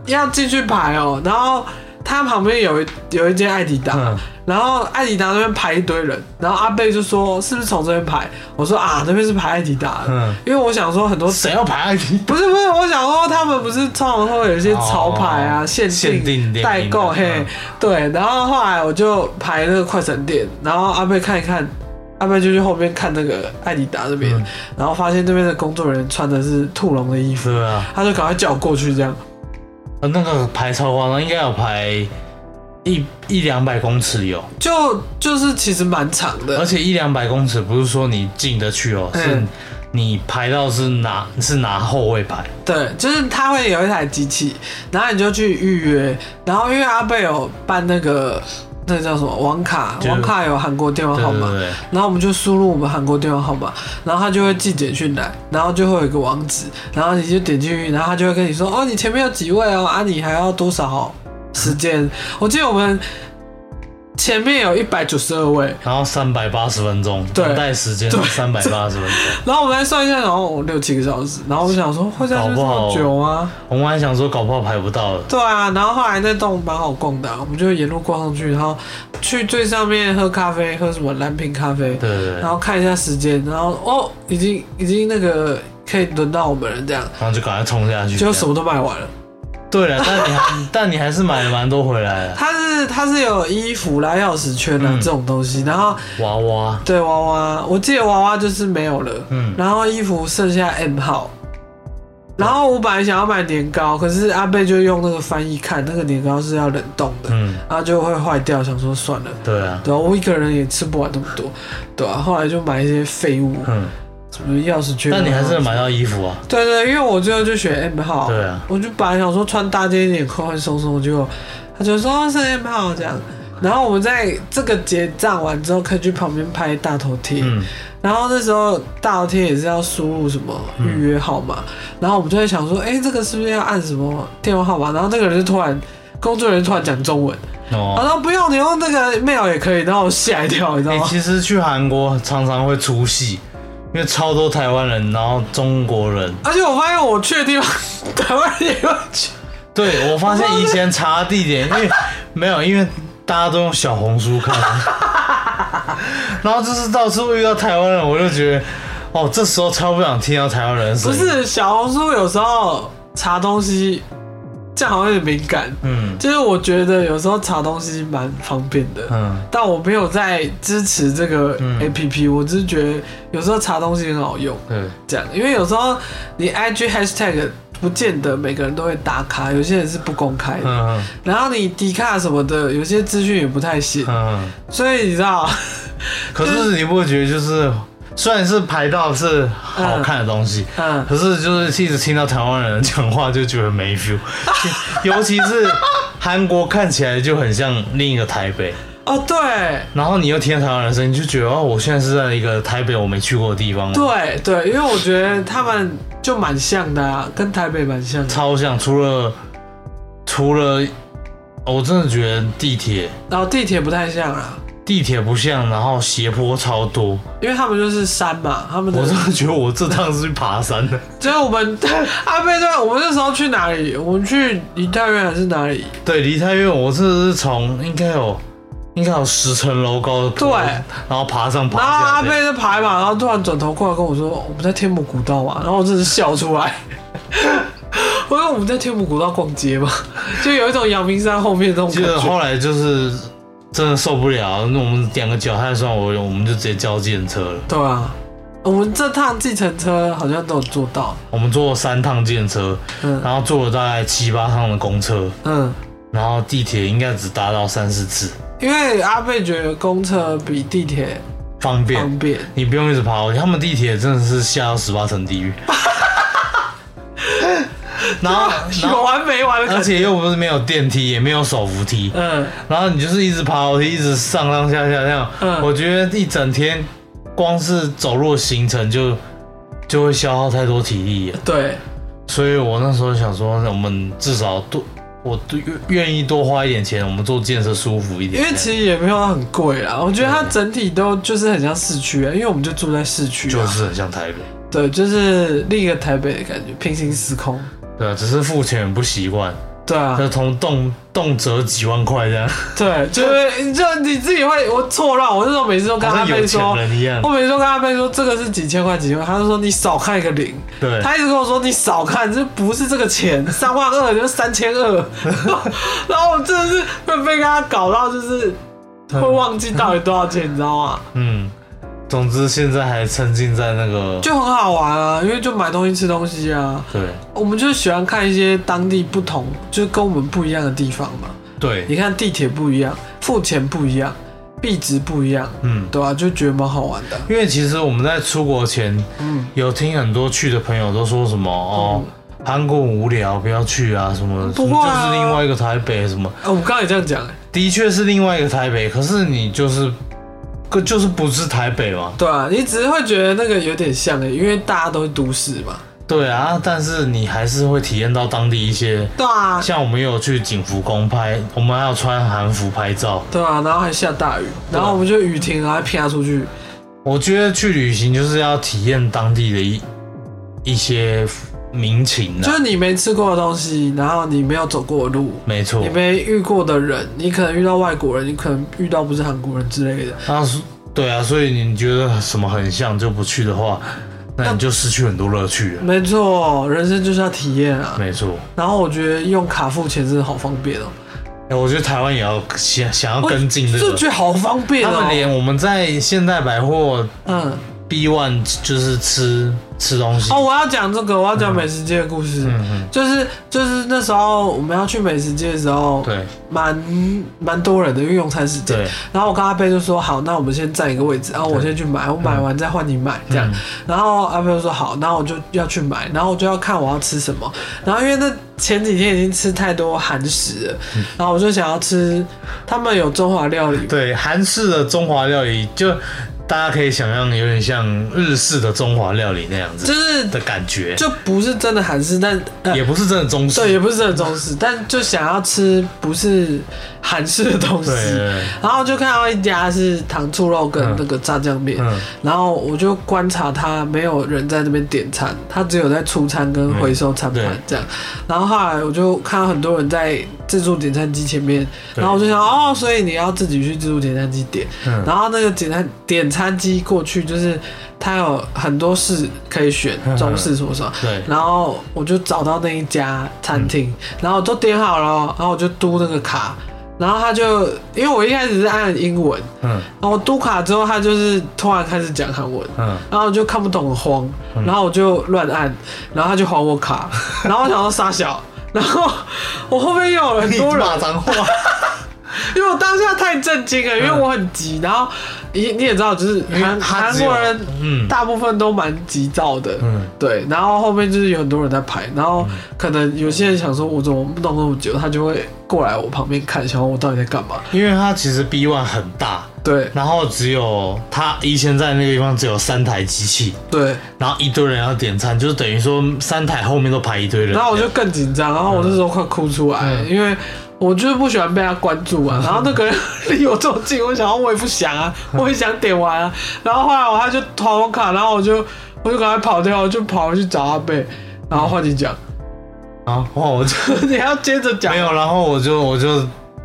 A: 要进去排哦，然后他旁边有一有一间艾迪达，
B: 嗯
A: 然后艾迪达那边排一堆人，然后阿贝就说是不是从这边排？我说啊那边是排艾迪达的，
B: 嗯，
A: 因为我想说很多
B: 谁要排啊 IT？
A: 不是不是，我想说他们不是通常会有一些潮牌啊、
B: 哦
A: 限
B: 限定
A: 定
B: 联名的
A: 代购，嘿
B: 嗯，
A: 对。然后后来我就排那个快闪店，然后阿贝看一看，阿贝就去后面看那个艾迪达这边，
B: 嗯
A: 然后发现这边的工作人员穿的是兔笼的衣服，
B: 对啊，
A: 他就赶快叫我过去这样。
B: 呃那个排超夸张，应该有排一一两百公尺有，
A: 就就是其实蛮长
B: 而
A: 的，
B: 且一两百公尺不是说你进得去哦，是
A: 嗯
B: 你排到是拿是拿后卫排，
A: 对，就是他会有一台机器，然后你就去预约，然后因为阿贝有办那个那个叫什么网卡，
B: 就是
A: 网卡有韩国电话
B: 对
A: 号
B: 对
A: 码，
B: 对，
A: 然后我们就输入我们韩国电话号码，然后他就会寄简讯来，然后就会有一个网址，然后你就点进去，然后他就会跟你说，哦，你前面有几位哦，啊，你还要多少时间？我记得我们前面有一百九十二位，
B: 然后三百八十分钟，
A: 对
B: 等待时间
A: 对
B: 三百八十分钟，
A: 然后我们来算一下，然后六七个小时，然后我想说会下去这
B: 搞
A: 哦
B: 不好
A: 么久吗？
B: 我们还想说搞不好排不到了，
A: 对啊，然后后来那栋蛮好逛的啊、我们就沿路逛上去，然后去最上面喝咖啡，喝什么蓝瓶咖啡，
B: 对对对，
A: 然后看一下时间，然后哦，已经已经那个可以轮到我们了，这样，
B: 然后就赶快冲下去，
A: 结果什么都卖完了。
B: 对了，但你还 但你还是买了蛮多回来的，
A: 它是它是有衣服啦、钥匙圈啦、
B: 嗯
A: 这种东西，然后
B: 娃娃，
A: 对娃娃，我记得娃娃就是没有了，
B: 嗯，
A: 然后衣服剩下 M 号。然后我本来想要买年糕，可是阿贝就用那个翻译看，那个年糕是要冷冻的，
B: 嗯，
A: 然后就会坏掉，想说算了，
B: 对啊，
A: 对啊，我一个人也吃不完那么多，对啊，后来就买一些废物，
B: 嗯，
A: 什么钥匙圈啊。
B: 但你还是买到衣服啊，
A: 对对，因为我最后就选 M 号，
B: 对啊，
A: 我就本来想说穿搭件一点，宽宽松松，结果他就说哦是 M 号这样。然后我们在这个结账完之后，可以去旁边拍大头贴。
B: 嗯，
A: 然后那时候大头贴也是要输入什么预约号码，
B: 嗯
A: 然后我们就在想说，哎，这个是不是要按什么电话号码？然后那个人就突然，工作人员突然讲中文，
B: 哦
A: 他。说不用，你用那个 mail 也可以。然后我吓一跳，你知道
B: 你、
A: 吗？
B: 哎其实去韩国常常会出戏，因为超多台湾人，然后中国人。
A: 而且我发现我去的地方， 台湾人也会去。
B: 对我发现以前查地点，因为没有，因为大家都用小红书看， 然后就是到处遇到台湾人，我就觉得，哦，这时候超不想听到台湾人的声
A: 不
B: 音。
A: 是小红书有时候查东西，这样好像有点敏感。
B: 嗯
A: 就是我觉得有时候查东西蛮方便的，
B: 嗯
A: 但我没有在支持这个
B: 嗯
A: A P P，、我只是觉得有时候查东西很好用，
B: 对，
A: 这样，因为有时候你 I G hashtag 不见得每个人都会打卡，有些人是不公开的，
B: 嗯
A: 然后你迪卡什么的，有些资讯也不太写，
B: 嗯。
A: 所以你知道，
B: 可是你不会觉得就是，虽然是排到是好看的东西，
A: 嗯，
B: 可是就是一直听到台湾人讲话就觉得没 feel，尤其是韩国看起来就很像另一个台北，
A: 哦，对。
B: 然后你又听到台湾人的声音，就觉得哦，我现在是在一个台北我没去过的地方，
A: 对对，因为我觉得他们就蛮像的啊，跟台北蛮像的。
B: 超像。除了除了，我真的觉得地铁
A: 然后地铁不太像啦，
B: 地铁不像，然后斜坡超多，
A: 因为他们就是山嘛，他们的
B: 我真的觉得我这趟是去爬山的。
A: 就是我们 阿贝对，我们那时候去哪里？我们去梨泰院还是哪里？
B: 对，梨泰院，我这是从应该有应该有十层楼高的坡，
A: 对
B: 然后爬上爬
A: 然后
B: 下
A: 阿
B: 这
A: 贝
B: 样，
A: 在爬一爬，然后突然转头过来跟我说：“我们在天母古道嘛。”然后我真的是笑出来。 我说我们在天母古道逛街嘛，就有一种阳明山后面那种
B: 记
A: 感
B: 得
A: 觉。
B: 后来就是真的受不了，那我们两个脚太酸，我我们就直接叫计程车了。
A: 对啊，我们这趟计程车好像都有做到。
B: 我们坐了三趟计程车，
A: 嗯
B: 然后坐了大概七八趟的公车，
A: 嗯，
B: 然后地铁应该只搭到三四次，
A: 因为阿贝觉得公车比地铁
B: 方便。
A: 方便。
B: 你不用一直爬，他们地铁真的是下到十八层地狱。 然后，然
A: 有
B: 后，
A: 完没完
B: 而
A: 的感觉。
B: 且又不是没有电梯，也没有手扶梯，
A: 嗯，
B: 然后你就是一直爬楼梯，一直上上下下这样。
A: 嗯
B: 我觉得一整天光是走路的行程就就会消耗太多体力了，
A: 对，
B: 所以我那时候想说，我们至少多我多愿愿意多花一点钱，我们做建设舒服一点。
A: 因为其实也没有很贵啦，我觉得它整体都就是很像市区啊，因为我们就住在市区、啊，
B: 就是很像台北，
A: 对，就是另一个台北的感觉，平行时空。
B: 对啊，只是付钱很不习惯，
A: 对啊
B: 那，从动动辄几万块这样，
A: 对，就是就你自己会我错乱，我那时候每次都 跟
B: 好
A: 阿
B: 像有
A: 贝说
B: 钱，人一样
A: 我。每次都跟阿贝说这个是几千块几千块，他就说你少看一个零，
B: 对，
A: 他一直跟我说你少看，这不是这个钱，三万二就是三 千二，然后我真的是会被跟他搞到就是会忘记到底多少钱，你知道吗？
B: 嗯，总之现在还沉浸在那个
A: 就很好玩啊，因为就买东西吃东西啊，
B: 对
A: 我们就喜欢看一些当地不同，就是跟我们不一样的地方嘛。
B: 对，
A: 你看地铁不一样，付钱不一样，币值不一样，
B: 嗯。
A: 对啊，就觉得蛮好玩的。
B: 因为其实我们在出国前，
A: 嗯
B: 有听很多去的朋友都说什么哦，韩国很无聊，不要去啊什么，
A: 不会啊
B: 什么就是另外一个台北什么，
A: 啊，我们刚刚也这样讲、欸，
B: 的确是另外一个台北，可是你就是，可就是不是台北嘛，
A: 对啊，你只是会觉得那个有点像哎、因为大家都是都市嘛，
B: 对啊，但是你还是会体验到当地一些，
A: 对啊，
B: 像我们也有去景福宫拍，我们还有穿韩服拍照，
A: 对啊，然后还下大雨，然后我们就雨停，然后啪出去，
B: 我觉得去旅行就是要体验当地的一一些民情
A: 就
B: 啊，
A: 是你没吃过的东西，然后你没有走过的路。
B: 没错
A: 你，没遇过的人，你可能遇到外国人，你可能遇到不是韩国人之类的。
B: 那是对啊，所以你觉得什么很像就不去的话，那你就失去很多乐趣啊了。
A: 没错，人生就是要体验啊。
B: 没错，
A: 然后我觉得用卡付钱真的好方便哦、
B: 哎、我觉得台湾也要想想要跟进这
A: 就
B: 个
A: 觉，得好方便
B: 他
A: 哦、
B: 们连我们在现代百货
A: 嗯，
B: B One 就是吃吃东西，
A: 哦，我要讲这个，我要讲美食街的故事。
B: 嗯
A: 就是就是那时候我们要去美食街的时候
B: 嗯，，对
A: 蛮蛮多人的，因为用餐时间。
B: 对，
A: 然后我跟阿贝就说好，那我们先占一个位置，然啊后我先去买，我买完再换你买这样
B: 嗯。
A: 然后阿贝就说好，然后我就要去买，然后我就要看我要吃什么。然后因为那前几天已经吃太多韩食了，然后我就想要吃他们有中华料理，
B: 对，韩式的中华料理就大家可以想象有点像日式的中华料理那样
A: 就
B: 子
A: 是
B: 的感觉，
A: 就不是真的韩式，但呃
B: 也不是真的中式，
A: 对，
B: 对
A: 也不是真的中式，但就想要吃不是韩式的东西。
B: 对对，
A: 然后就看到一家是糖醋肉跟那个炸酱面，
B: 嗯，
A: 然后我就观察他没有人在那边点餐，他只有在出餐跟回收餐盘
B: 嗯对
A: 这样。然后后来我就看到很多人在自助点餐机前面，然后我就想哦，所以你要自己去自助点餐机点，
B: 嗯
A: 然后那个点餐点餐机过去就是它有很多式可以选
B: 嗯，
A: 中式什么什么。
B: 对，
A: 然后我就找到那一家
B: 嗯
A: 餐厅，然后我都点好了哦，然后我就嘟那个卡，然后他就因为我一开始是按英文，
B: 嗯
A: 然后我嘟卡之后，他就是突然开始讲韩文，
B: 嗯，
A: 然后我就看不懂，很慌，然后我就乱按，然后他就还我卡， 然后我想说傻小，然后我后面又有很
B: 你
A: 多人，
B: 骂脏 话，
A: 因为我当下太震惊了，因为
B: 嗯
A: 我很急，然后你你也知道，就是韩
B: 他
A: 韩
B: 只有
A: 国人
B: 嗯
A: 大部分都蛮急躁的，
B: 嗯
A: 对，然后后面就是有很多人在排，然后可能有些人想说，我怎么弄那么久，他就会过来我旁边看，想问我到底在干嘛，
B: 因为它其实 B one 很大，
A: 对
B: 然后只有它以前在那个地方只有三台机器，
A: 对，
B: 然后一堆人要点餐，就是等于说三台后面都排一堆人。
A: 然后我就更紧张，然后我那时候快哭出来，
B: 嗯
A: 因为我就是不喜欢被他关注 啊。然后那个人 离我这么近，我想要我也不想啊，我也想点完啊。然后后来我他就团我卡，然后我就我就赶快跑掉，我就跑回去找阿贝，然后换你讲，
B: 然后我就
A: 你要接着讲
B: 嗯没。有，然后我就我就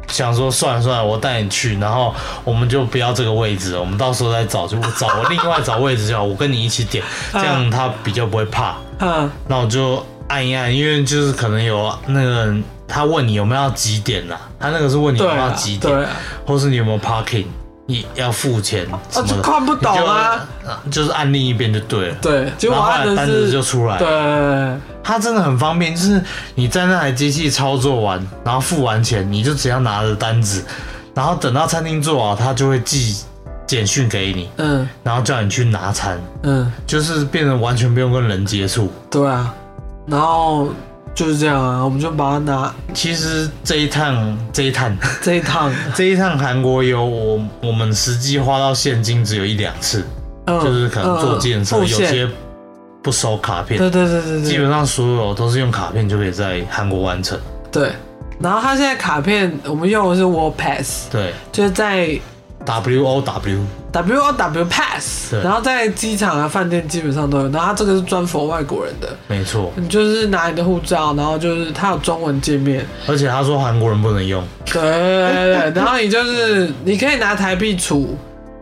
B: 想说算了算了，我带你去，然后我们就不要这个位置了，我们到时候再找，就找我另外找位置就好，我跟你一起 点，这
A: 啊
B: 样他比较不会怕。
A: 嗯
B: 那我就按一按，因为就是可能有那个人他问你有没有要几点呐、他那个是问你有
A: 对
B: 没有要
A: 啊
B: 几点，
A: 对啊，
B: 或是你有没有 parking，你要付钱什么
A: 就
B: 的，
A: 看不懂啊
B: 你就，嗯就是按另一边就对了。
A: 对，结
B: 然后
A: 果我
B: 后
A: 按
B: 来
A: 的，
B: 单子就是出来了，
A: 对，
B: 它真的很方便，就是你在那台机器操作完，然后付完钱，你就只要拿着单子，然后等到餐厅做好，它就会寄简讯给你，
A: 嗯
B: 然后叫你去拿餐，
A: 嗯，
B: 就是变得完全不用跟人接触。
A: 对啊，然后就是这样啊，我们就把它拿
B: 其实这一趟，这一趟，
A: 这一趟，
B: 这一趟韩国游，我我们实际花到现金只有一两次，
A: 嗯
B: 就是可能做健身，
A: 嗯
B: 有
A: 嗯付现
B: 些不收卡片
A: 对，对对对对，
B: 基本上所有都是用卡片就可以在韩国完成。
A: 对。然后它现在卡片我们用的是 Wall Pass，
B: 对
A: 就是在
B: ，W O W。
A: W O W Pass，
B: 对
A: 然后在机场啊、饭店基本上都有。然后它这个是专服外国人的，
B: 没 错，
A: 你就是拿你的护照，然后就是它有中文界面，
B: 而且他说韩国人不能用，
A: 对对 对，然后你就是你可以拿台币除，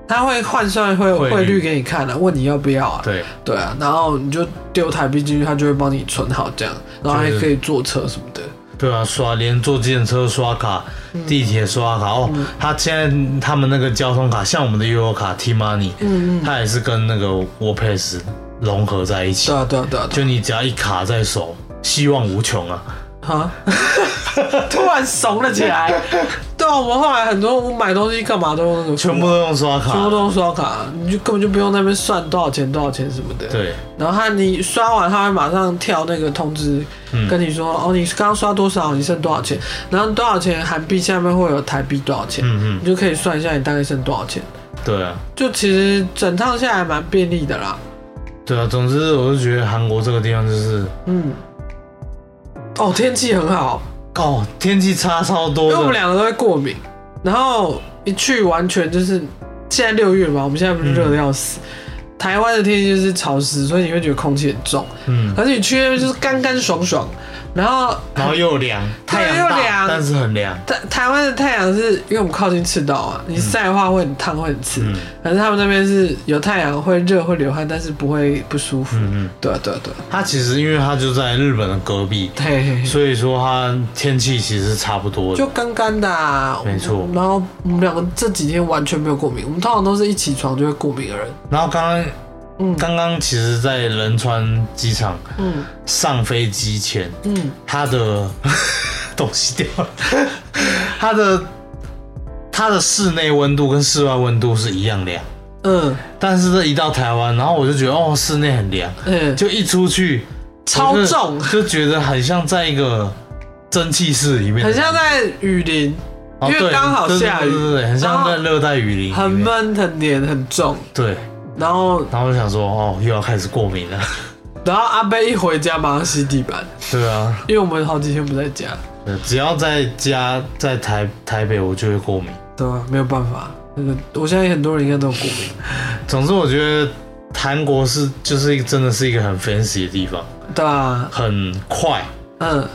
A: 它会换算汇
B: 汇率
A: 汇率给你看的、问你要不要啊？
B: 对，
A: 对啊，然后你就丢台币进去，它就会帮你存好这样，然后还可以坐车什么的。
B: 对啊，刷连坐电车刷卡，
A: 嗯
B: 地铁刷卡哦，他现在他们那个交通卡，像我们的悠游卡 T Money，
A: 嗯嗯，
B: 它也是跟那个 WordPress 融合在一起
A: 对，啊对啊对啊，对啊
B: 就你只要一卡在手，希望无穷啊，
A: 哈，突然怂了起来。 对啊，我们后来很多我买东西干嘛都用那个，
B: 全部都用刷卡，
A: 全部都用刷卡，你就根本就不用在那边算多少钱多少钱什么的。
B: 对，
A: 然后他你刷完，他会马上跳那个通知，
B: 嗯
A: 跟你说哦，你刚刚刷多少，你剩多少钱，然后多少钱韩币下面会有台币多少钱，
B: 嗯
A: 你就可以算一下你大概剩多少钱。
B: 嗯，对啊，
A: 就其实整趟下来蛮便利的啦。
B: 对啊，总之我就觉得韩国这个地方就是，
A: 嗯，哦，天气很好，
B: 哦，天气差超多
A: 因为我们
B: 的，
A: 两个都会过敏，然后一去完全就是现在六月嘛，我们现在不是热的要死。台湾的天气就是潮湿，所以你会觉得空气很重，
B: 嗯，
A: 而且你去那边就是干干爽爽，然后
B: 然后又凉，太阳
A: 又
B: 大，
A: 凉
B: 但是很凉，
A: 台台湾的太阳是因为我们靠近赤道啊，你晒的话会很烫，会很刺。
B: 嗯
A: 可是他们那边是有太阳，会热，会流汗，但是不会不舒服。
B: 嗯嗯。
A: 对啊，对啊，对啊，啊
B: 它其实因为它就在日本的隔壁，
A: 嘿嘿嘿，
B: 所以说它天气其实是差不多的。
A: 就干干的、啊，
B: 没错
A: 然后我们两个这几天完全没有过敏，我们通常都是一起床就会过敏的人。
B: 然后刚刚
A: 嗯
B: 刚刚其实，在仁川机场
A: 嗯
B: 上飞机前，
A: 嗯，
B: 它的 东西掉了， 它的它的室内温度跟室外温度是一样凉，
A: 嗯
B: 但是这一到台湾，然后我就觉得哦，室内很凉，
A: 嗯，
B: 就一出去
A: 超
B: 我就
A: 重
B: 就觉得很像在一个蒸汽室里面，
A: 很像在雨林，
B: 哦
A: 因为
B: 对
A: 刚好
B: 对对
A: 下雨
B: 对对对，很
A: 然
B: 像
A: 后
B: 在热带雨林里面，
A: 很闷很黏很重。
B: 对。
A: 然后
B: 然后我就想说，哦，又要开始过敏了。
A: 然后阿贝一回家马上吸地板，
B: 对啊，
A: 因为我们好几天不在家。
B: 对只要在家在台台北，我就会过敏。
A: 对啊，没有办法。那个，我相信很多人应该都有过敏。
B: 总之，我觉得韩国是就是一个真的是一个很 fancy 的地方，
A: 对啊，
B: 很快，
A: 嗯，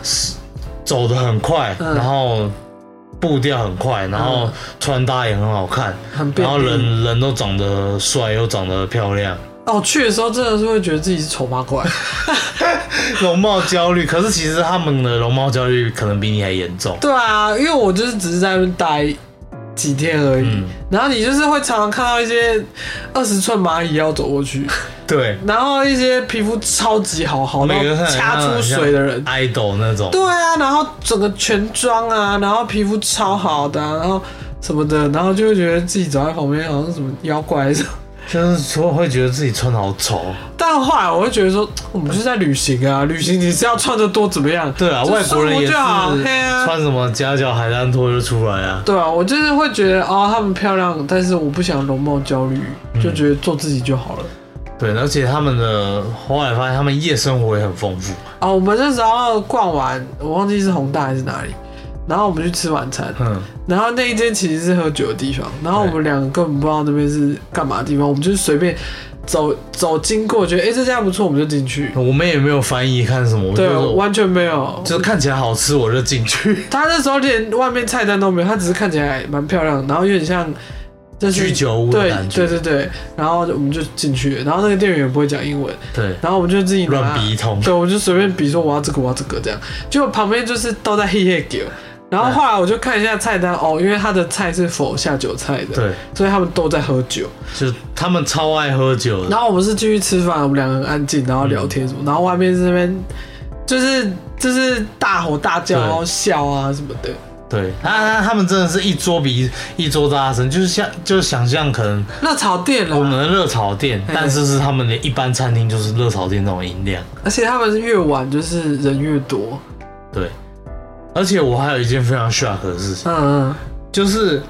B: 走得很快，
A: 嗯
B: 然后步调很快，然后
A: 嗯
B: 穿搭也很好看，
A: 很便
B: 然后
A: 利。
B: 人人都长得帅又长得漂亮，
A: 哦，去的时候真的是会觉得自己是丑八 怪，
B: 容貌焦虑。可是其实他们的容貌焦虑可能比你还严重。
A: 对啊，因为我就是只是在那边待几天而已，
B: 嗯，
A: 然后你就是会常常看到一些二十寸蚂蚁要走过去，
B: 对，
A: 然后一些皮肤超级好好，
B: 每个
A: 然
B: 人
A: 后掐出水的人，
B: idol 那种，
A: 对啊，然后整个全妆啊，然后皮肤超好的啊、然后什么的，然后就会觉得自己走在旁边好像什么妖怪还是什么。
B: 就是我会觉得自己穿得好丑。
A: 但后来我会觉得说，我们就是在旅行啊，旅行你是要穿的多怎么样？
B: 对啊，
A: 就
B: 外国人也是
A: 舒服就好嘿啊
B: 穿什么夹脚海滩拖就出来啊。
A: 对啊，我就是会觉得哦，她们漂亮，但是我不想容貌焦虑，
B: 嗯
A: 就觉得做自己就好了。
B: 对，而且他们的后来发现他们夜生活也很丰富。
A: 哦，我们那时候逛完，我忘记是宏大还是哪里，然后我们去吃晚餐，
B: 嗯，
A: 然后那一间其实是喝酒的地方，然后我们两个根本不知道那边是干嘛的地方，我们就是随便走走经过，觉得哎、诶这家不错，我们就进去。
B: 我们也没有翻译看什么，我
A: 对，啊
B: 就是
A: 完全没有。
B: 哦就是看起来好吃我就进去。
A: 他那时候连外面菜单都没有，他只是看起来蛮漂亮，然后有点像就是
B: 居酒屋的
A: 对
B: 感觉
A: 对对对，然后我们就进去了，然后那个店员也不会讲英文，
B: 对，
A: 然后我们就自己拿
B: 乱比一通。
A: 对，我就随便比说我要这个，我要这个这样，结果旁边就是都在嘿嘿给我，然后后来我就看一下菜单，哦，因为他的菜是否下酒菜的，
B: 对，
A: 所以他们都在喝酒。
B: 就是他们超爱喝酒的。
A: 然后我们是继续吃饭，我们两个很安静，然后聊天
B: 嗯
A: 什么，然后外面是那边就是就是大吼大叫，
B: 对
A: 然后笑啊什么的。
B: 对，他他他们真的是一桌比一一桌大声，就是像就是想象可能
A: 热炒店
B: 我们
A: 了，
B: 的热炒店，
A: 嗯
B: 但是是他们的一般餐厅就是热炒店那种音量。
A: 而且他们是越晚就是人越多。
B: 对，而且我还有一件非常 shock 的事情，
A: 嗯
B: 就是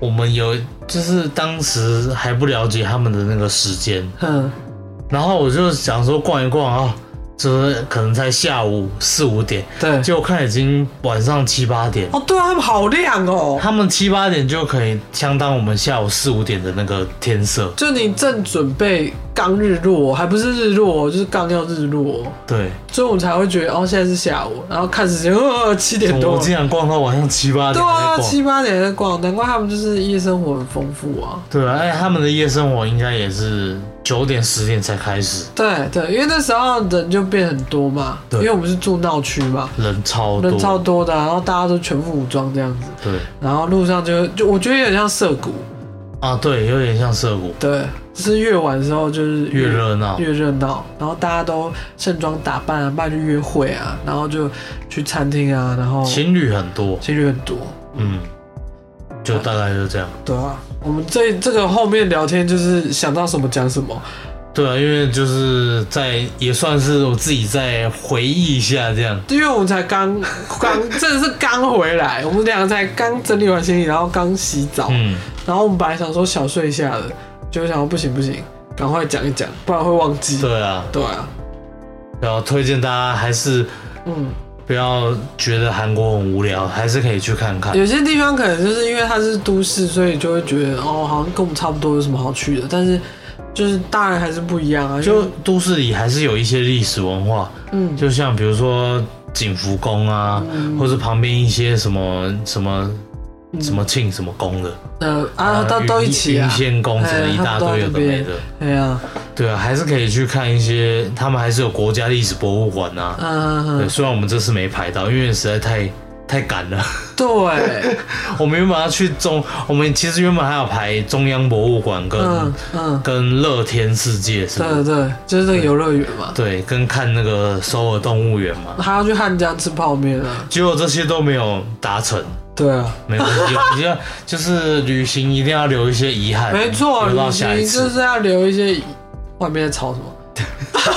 B: 我们有，就是当时还不了解他们的那个时间，
A: 嗯嗯
B: 然后我就想说逛一逛啊，就是可能才下午四五点，
A: 对。
B: 结果看已经晚上七八点，
A: 嗯哦，对啊，他们好亮哦。
B: 他们七八点就可以相当我们下午四五点的那个天色，
A: 就你正准备刚日落，还不是日落，就是刚要日落，
B: 对，
A: 所以我们才会觉得哦，现在是下午，然后看时间，呃，七 点
B: 我
A: 多
B: 竟。然逛到晚上七八
A: 对
B: 点还在
A: 啊，
B: 逛。
A: 七八点还在逛，难怪他们就是夜生活很丰富啊。
B: 对啊，哎，他们的夜生活应该也是九点十点才开始，
A: 对对，因为那时候人就变很多嘛，
B: 对
A: 因为我们是住闹区嘛，
B: 人超多，
A: 人超多的啊、然后大家都全副武装这样子，
B: 对
A: 然后路上就就我觉得有点像涩谷，
B: 啊，对，有点像涩谷，
A: 对，就是越晚的时候就是
B: 越热闹，
A: 越热闹，然后大家都盛装打扮啊，不然就约会啊，然后就去餐厅啊，然后
B: 情侣很多，
A: 情侣很多，
B: 嗯，就大概就这样。
A: 对啊，我们这这个后面聊天就是想到什么讲什么，
B: 对啊，因为就是在也算是我自己在回忆一下这样。
A: 因为我们才刚刚 真的是刚回来，我们两个才刚整理完行李，然后刚洗澡，
B: 嗯，
A: 然后我们本来想说小睡一下的，结果想说不行不行，赶快讲一讲，不然会忘记。
B: 对啊，
A: 对啊，
B: 然后推荐大家还是
A: 嗯，
B: 不要觉得韩国很无聊，还是可以去看看。
A: 有些地方可能就是因为它是都市，所以就会觉得哦，好像跟我们差不多，有什么好去的？但是就是当然还是不一样啊，
B: 就
A: 就
B: 都市里还是有一些历史文化，
A: 嗯，
B: 就像比如说景福宫啊，或是旁边一些什么什么什么庆什么宫的
A: 呃嗯啊，都都一起啊
B: 云，仙宫什么
A: 哎
B: 一大堆有的没的。
A: 哎呀，
B: 对啊，还是可以去看一些，他们还是有国家历史博物馆啊。
A: 嗯、
B: 对，虽然我们这次没排到，因为实在太太赶了。
A: 对，
B: 我们原本要去中，我们其实原本还要排中央博物馆跟、
A: 嗯嗯，
B: 跟乐天世界什么
A: 对
B: 的，
A: 对，就是那个游乐园嘛，
B: 对，跟看那个首尔动物园嘛。
A: 还要去汉江吃泡面啊，
B: 结果这些都没有达成，
A: 对啊，
B: 没关系，你就就是旅行一定要留一些遗憾，
A: 没错，
B: 留到
A: 旅
B: 下一
A: 行就
B: 次。
A: 是要留一些外面在吵什 么。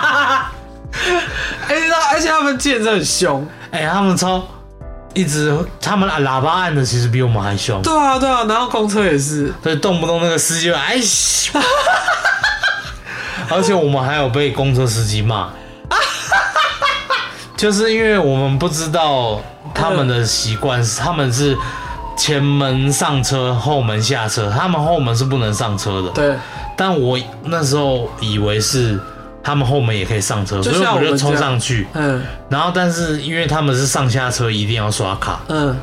A: 哎、那而且他们见得很凶，
B: 哎、他们超一直，他们喇叭按的其实比我们还凶。
A: 对啊对啊，然后公车也是，
B: 所以动不动那个司机就哎咻， 而且我们还有被公车司机 骂，就是因为我们不知道他们的习惯
A: 嗯
B: 是他们是前门上车，后门下车，他们后门是不能上车的。
A: 对，
B: 但我那时候以为是。他们后门也可以上车，
A: 就
B: 所以我
A: 像
B: 们
A: 我
B: 就
A: 们
B: 冲
A: 这样
B: 上去。
A: 嗯
B: 然后，但是因为他们是上下车一定要刷卡，
A: 嗯，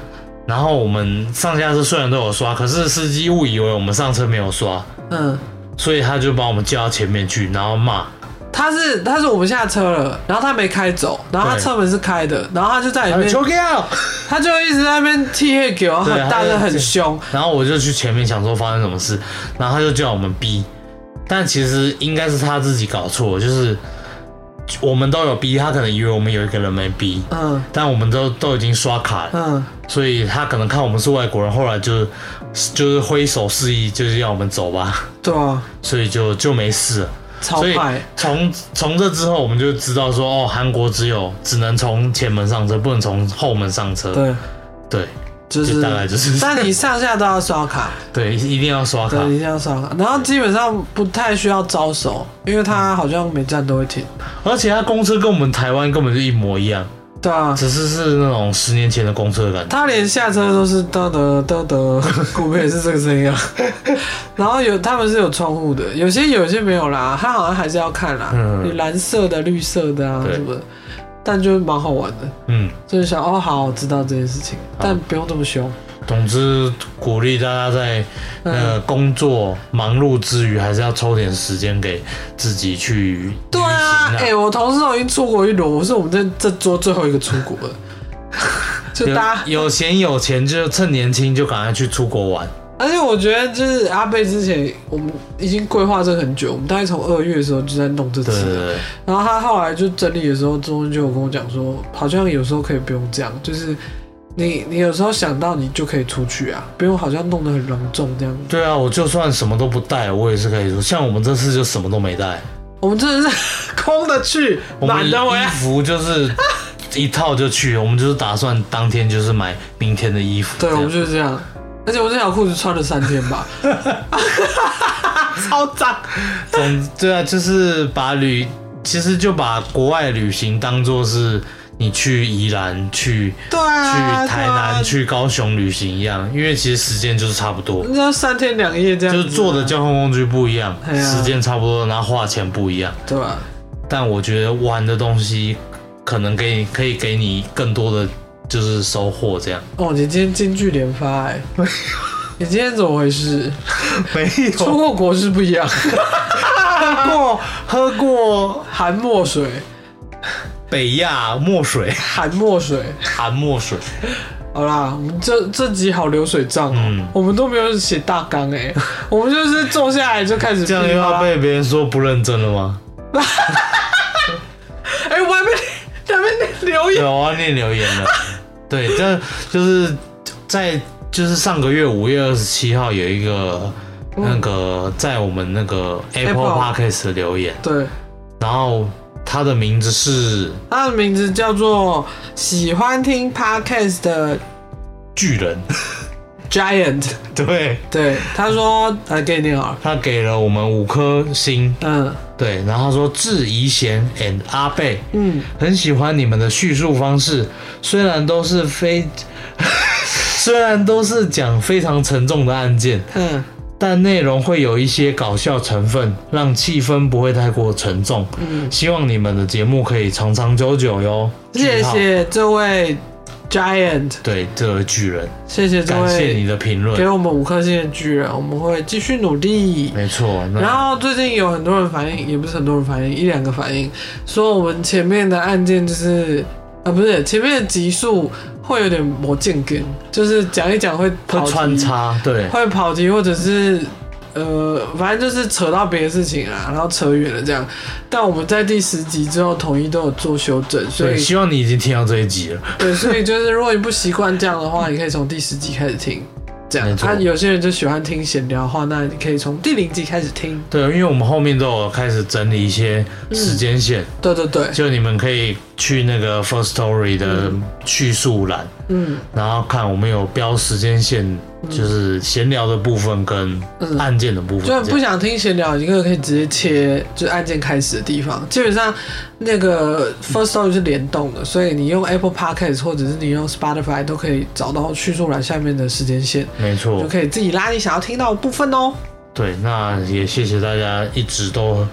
B: 然后我们上下车虽然都有刷，可是司机误以为我们上车没有刷，
A: 嗯，
B: 所以他就把我们叫到前面去，然后骂，
A: 他是他是我们下车了，然后他没开走，然后他
B: 对
A: 车门是开的，然后他就在里
B: 哎
A: 面，
B: 求给啊！
A: 他就一直在那边踢黑给我，
B: 对
A: 很
B: 他
A: 大
B: 就
A: 声很凶，
B: 然后我就去前面想说发生什么事，然后他就叫我们逼，但其实应该是他自己搞错，就是我们都有逼，他可能以为我们有一个人没逼，
A: 嗯
B: 但我们都都已经刷卡了，
A: 嗯
B: 所以他可能看我们是外国人，后来就就是挥手示意，就是要我们走吧，
A: 对啊，
B: 所以就就没事了。
A: 超
B: 所以
A: 派，
B: 从从这之后，我们就知道说，哦，韩国只有只能从前门上车，不能从后门上车。
A: 对，
B: 对
A: 就
B: 就是大概就是
A: 但你上下都要刷卡，
B: 对，一定要刷卡
A: 对，。一定要刷卡，然后基本上不太需要招手，因为他好像每站都会停，
B: 而且他公车跟我们台湾根本就一模一样，
A: 对啊，
B: 只是是那种十年前的公车的感觉。
A: 他连下车都是哒哒哒哒，股票也是这个声音 啊。然后有他们是有窗户的，有些有些没有啦，他好像还是要看啦，
B: 嗯
A: 有蓝色的、绿色的啊
B: 对
A: 什么的，但就蛮好玩的，
B: 嗯，
A: 就是想哦好，我知道这件事情，但不用这么
B: 啊
A: 凶。
B: 总之鼓励大家在呃工作忙碌之余，还是要抽点时间给自己去
A: 对啊，哎、
B: 旅行
A: 我同事都已经出国一轮，我是我们这这桌最后一个出国 的，就大家。
B: 有有闲有钱就趁年轻就赶快去出国玩。
A: 而且我觉得就是阿贝之前我们已经规划这个很久，我们大概从二月的时候就在弄这次
B: 对
A: 了
B: 对对，
A: 然后他后来就整理的时候，中间就有跟我讲说，好像有时候可以不用这样，就是你你有时候想到你就可以出去啊，不用好像弄得很隆重这样。
B: 对啊，我就算什么都不带，我也是可以说，像我们这次就什么都没带，
A: 我们真的是 空的去，啊
B: 我
A: 满
B: 们
A: 的回
B: 衣
A: 来。
B: 服就是一套就去，我们就是打算当天就是买明天的衣服。
A: 对，
B: 这
A: 我
B: 样
A: 们就是这样。而且我这条裤子穿了三天吧，超脏。
B: 总对啊，就是把旅，其实就把国外旅行当做是你去宜兰、去
A: 对
B: 去
A: 啊，
B: 台
A: 对啊
B: 南、，去高雄旅行一样，因为其实时间就是差不多，
A: 人家三天两夜这样、
B: 就
A: 子啊
B: 是坐的交通工具不一样，
A: 对啊
B: 时间差不多，然后花钱不一样。
A: 对吧、
B: 但我觉得玩的东西可能给你可以给你更多的就是收获，这样
A: 哦，你今天金句连发 哎、你今天怎么回事？
B: 没
A: 出过国是不 一样，
B: 过喝过
A: 含墨水，
B: 北亚墨 水、
A: 含墨水。
B: 韩墨水，
A: 好啦，我们这这集好流水账哦、
B: 嗯
A: 我们都没有写大纲 哎、我们就是坐下来就开始
B: 这样又
A: 噼
B: 要
A: 啪
B: 被别人说不认真了吗？
A: 哎、我还没还没留 言，
B: 有啊，念留言了。对，这就是在就是上个月五月二十七号有一个那个在我们那个 Apple
A: 嗯 Apple
B: Podcast 的留言，
A: 对，
B: 然后他的名字是
A: 他的名字叫做喜欢听 podcast 的
B: 巨人，
A: Giant，
B: 对
A: 对，他说来给你念好了，
B: 他给了我们五颗星，
A: 嗯
B: 对，然后他说质疑贤 and 阿贝
A: 嗯，
B: 很喜欢你们的叙述方式，虽然都是非。 虽然都是讲非常沉重的案件，
A: 嗯
B: 但内容会有一些搞笑成分，让气氛不会太过沉重。
A: 嗯，
B: 希望你们的节目可以长长久久哟。
A: 谢
B: 句号。
A: 谢这位 Giant，
B: 对，这位巨人，
A: 谢谢这
B: 感谢你
A: 位
B: 的评
A: 给
B: 论。
A: 我们五颗星的巨人，我们会继续努力。
B: 没错，
A: 然
B: 那
A: 后最近有很多人反映，也不是很多人反映，一两个反映说我们前面的案件就是，呃，不是前面的集数会有点魔镜梗，就是讲一讲会跑
B: 会
A: 题
B: 穿，插，对，
A: 会跑题，或者是呃，反正就是扯到别的事情啦，然后扯远了这样。但我们在第十集之后，统一都有做修正，所
B: 对，
A: 以
B: 希望你已经听到这一集了。
A: 对，所以就是如果你不习惯这样的话，你可以从第十集开始听。这
B: 没
A: 样，
B: 错
A: 他、有些人就喜欢听闲聊的话，那你可以从第零集开始听。
B: 对，因为我们后面都有开始整理一些时间线，
A: 对对对，
B: 就你们可以去那个 First Story 的叙述栏，
A: 嗯。
B: 然后看我们有标时间线，就是闲聊的部分跟
A: 嗯
B: 案件的部分。
A: 就
B: 这
A: 不
B: 样
A: 想听闲聊，你可可以直接切，就是案件开始的地方。基本上那个 First Story 是联动的，所以你用 Apple Podcast 或者是你用 Spotify 都可以找到叙述栏下面的时间线，
B: 没错，
A: 就可以自哦己拉你想要听到的部分哦。
B: 对，那也谢谢大家一直都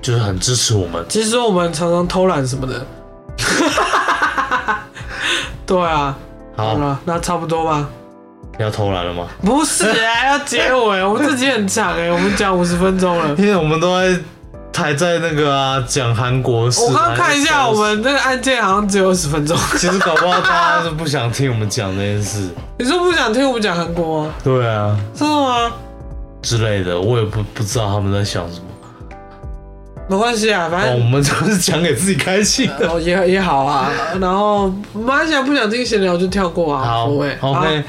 B: 就是很支持我们。
A: 其实我们常常偷懒什么的。 对啊，好
B: 好，
A: 了，那差不多吧。
B: 要偷懒了吗？
A: 不是啊，要结尾，我们这集很长哎、我们讲五十分钟了。
B: 因为我们都在还在那个啊讲韩国事。
A: 我刚
B: 还在
A: 看一下，
B: 讲
A: 我 们那个案件好像只有二十分钟。
B: 其实搞不好大家是不想听我们讲这件事，
A: 你说不想听我们讲韩国吗？
B: 对啊
A: 真的吗？
B: 之类的，我也不不知道他们在想什么。
A: 没关系啊，反
B: 哦，我
A: 正、
B: 们就是讲给自己开心的。
A: 哦也也好啊。然后马来西亚不想听闲聊就跳过啊，
B: 好
A: 无所谓。
B: ，OK
A: 好。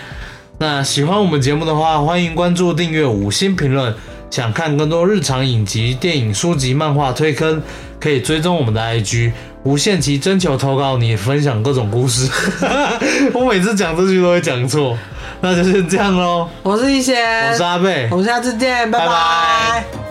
B: 那喜欢我们节目的话，欢迎关注、订阅、五星评论。想看更多日常影集、电影、书籍、漫画推坑，可以追踪我们的 IG。无限期征求投稿，你分享各种故事。 我每次讲这句都会讲错，那就先这样喽。
C: 我是一贤
B: 我，是阿贝
C: 我，们下次见，拜
B: 拜
C: 拜
B: 拜